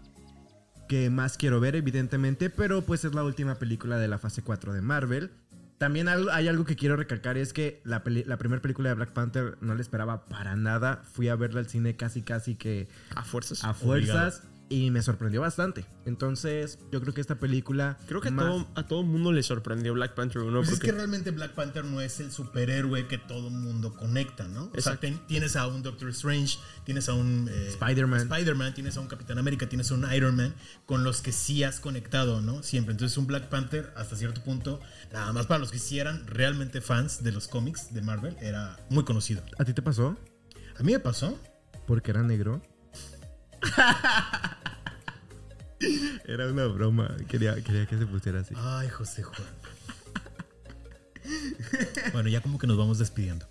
Speaker 4: que más quiero ver, evidentemente, pero pues es la última película de la fase 4 de Marvel. También al- hay algo que quiero recalcar, es que la, peli- la primera película de Black Panther no la esperaba para nada. Fui a verla al cine casi, casi que
Speaker 2: A fuerzas.
Speaker 4: a fuerzas y me sorprendió bastante. Entonces, yo creo que esta película...
Speaker 2: Creo que a
Speaker 4: más-
Speaker 2: todo, a todo mundo le sorprendió Black Panther 1
Speaker 3: Pues es
Speaker 2: porque...
Speaker 3: que realmente Black Panther no es el superhéroe que todo mundo conecta, ¿no? O sea,
Speaker 2: Exacto.
Speaker 3: ten- tienes a un Doctor Strange, tienes a un eh,
Speaker 4: Spider-Man.
Speaker 3: Spider-Man, tienes a un Capitán América, tienes a un Iron Man, con los que sí has conectado, ¿no? Siempre. Entonces un Black Panther, hasta cierto punto, nada más para los que sí eran realmente fans de los cómics de Marvel, era muy conocido.
Speaker 4: ¿A ti te pasó?
Speaker 3: A mí me pasó.
Speaker 4: Porque era negro. era una broma. Quería, quería que se pusiera así.
Speaker 3: Ay, José Juan. bueno, ya como que nos vamos despidiendo.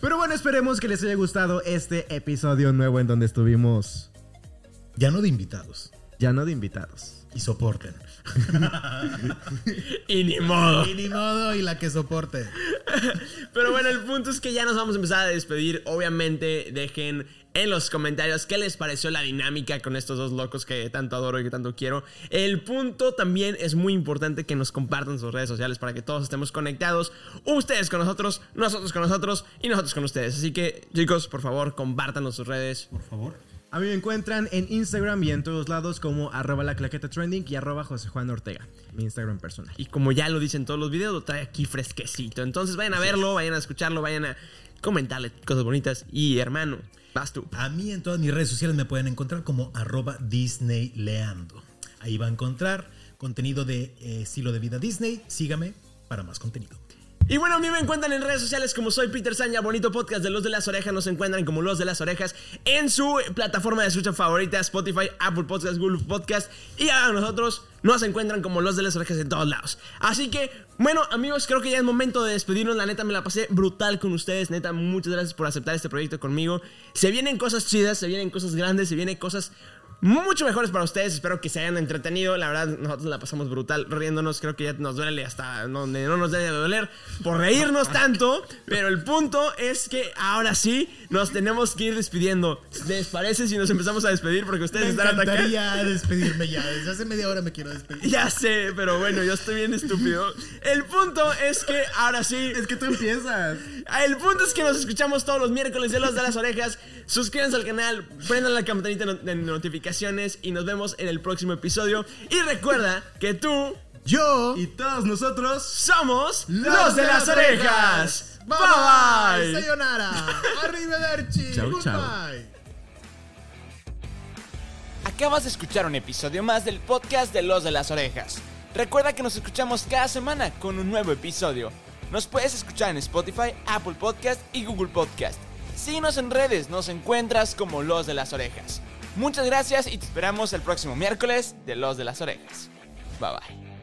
Speaker 4: Pero bueno, esperemos que les haya gustado este episodio nuevo en donde estuvimos
Speaker 3: Ya no de invitados.
Speaker 4: ya no de invitados.
Speaker 3: Y soporten.
Speaker 2: Y ni modo.
Speaker 3: Y ni modo, y la que soporte.
Speaker 2: Pero bueno, el punto es que ya nos vamos a empezar a despedir. Obviamente, dejen en los comentarios qué les pareció la dinámica con estos dos locos que tanto adoro y que tanto quiero. El punto también es muy importante que nos compartan sus redes sociales para que todos estemos conectados. Ustedes con nosotros, nosotros con nosotros y nosotros con ustedes. Así que, chicos, por favor, compártanos sus redes.
Speaker 3: Por favor.
Speaker 4: A mí me encuentran en Instagram y en todos lados como arroba la claqueta trending y arroba José Juan Ortega, mi Instagram personal.
Speaker 2: Y como ya lo dicen todos los videos, lo trae aquí fresquecito. Entonces, vayan a verlo, vayan a escucharlo, vayan a comentarle cosas bonitas. Y, hermano, vas tú.
Speaker 3: A mí en todas mis redes sociales me pueden encontrar como arroba disneyleando. Ahí va a encontrar contenido de eh, estilo de vida Disney. Sígame para más contenido.
Speaker 2: Y bueno, a mí me encuentran en redes sociales como soy Peter Saña, bonito podcast de Los de las Orejas. Nos encuentran como Los de las Orejas en su plataforma de escucha favorita, Spotify, Apple Podcast, Google Podcast. Y a nosotros nos encuentran como Los de las Orejas en todos lados. Así que, bueno, amigos, creo que ya es momento de despedirnos. La neta, me la pasé brutal con ustedes. Neta, muchas gracias por aceptar este proyecto conmigo. Se vienen cosas chidas, se vienen cosas grandes, se vienen cosas mucho mejores para ustedes. Espero que se hayan entretenido. La verdad, nosotros la pasamos brutal riéndonos. Creo que ya nos duele hasta donde no nos debe de doler por reírnos tanto. Pero el punto es que ahora sí nos tenemos que ir despidiendo. ¿Les parece si nos empezamos a despedir? Porque ustedes
Speaker 3: Me
Speaker 2: están atacando.
Speaker 3: encantaría despedirme ya. Desde hace media hora me quiero despedir.
Speaker 2: Ya sé, pero bueno, yo estoy bien estúpido. El punto es que ahora sí.
Speaker 8: Es que tú empiezas.
Speaker 2: El punto es que nos escuchamos todos los miércoles de los de las orejas. Suscríbanse al canal, prendan la campanita no- de notificaciones y nos vemos en el próximo episodio. Y recuerda que tú
Speaker 3: Yo.
Speaker 8: Y todos nosotros.
Speaker 2: somos los de las orejas. Bye bye.
Speaker 3: Sayonara. Arrivederci.
Speaker 4: Chao,
Speaker 3: Goodbye.
Speaker 4: chao.
Speaker 1: Acabas de escuchar un episodio más del podcast de Los de las Orejas. Recuerda que nos escuchamos cada semana con un nuevo episodio. Nos puedes escuchar en Spotify, Apple Podcast y Google Podcast. Síguenos en redes, nos encuentras como Los de las Orejas. Muchas gracias y te esperamos el próximo miércoles de Los de las Orejas. Bye bye.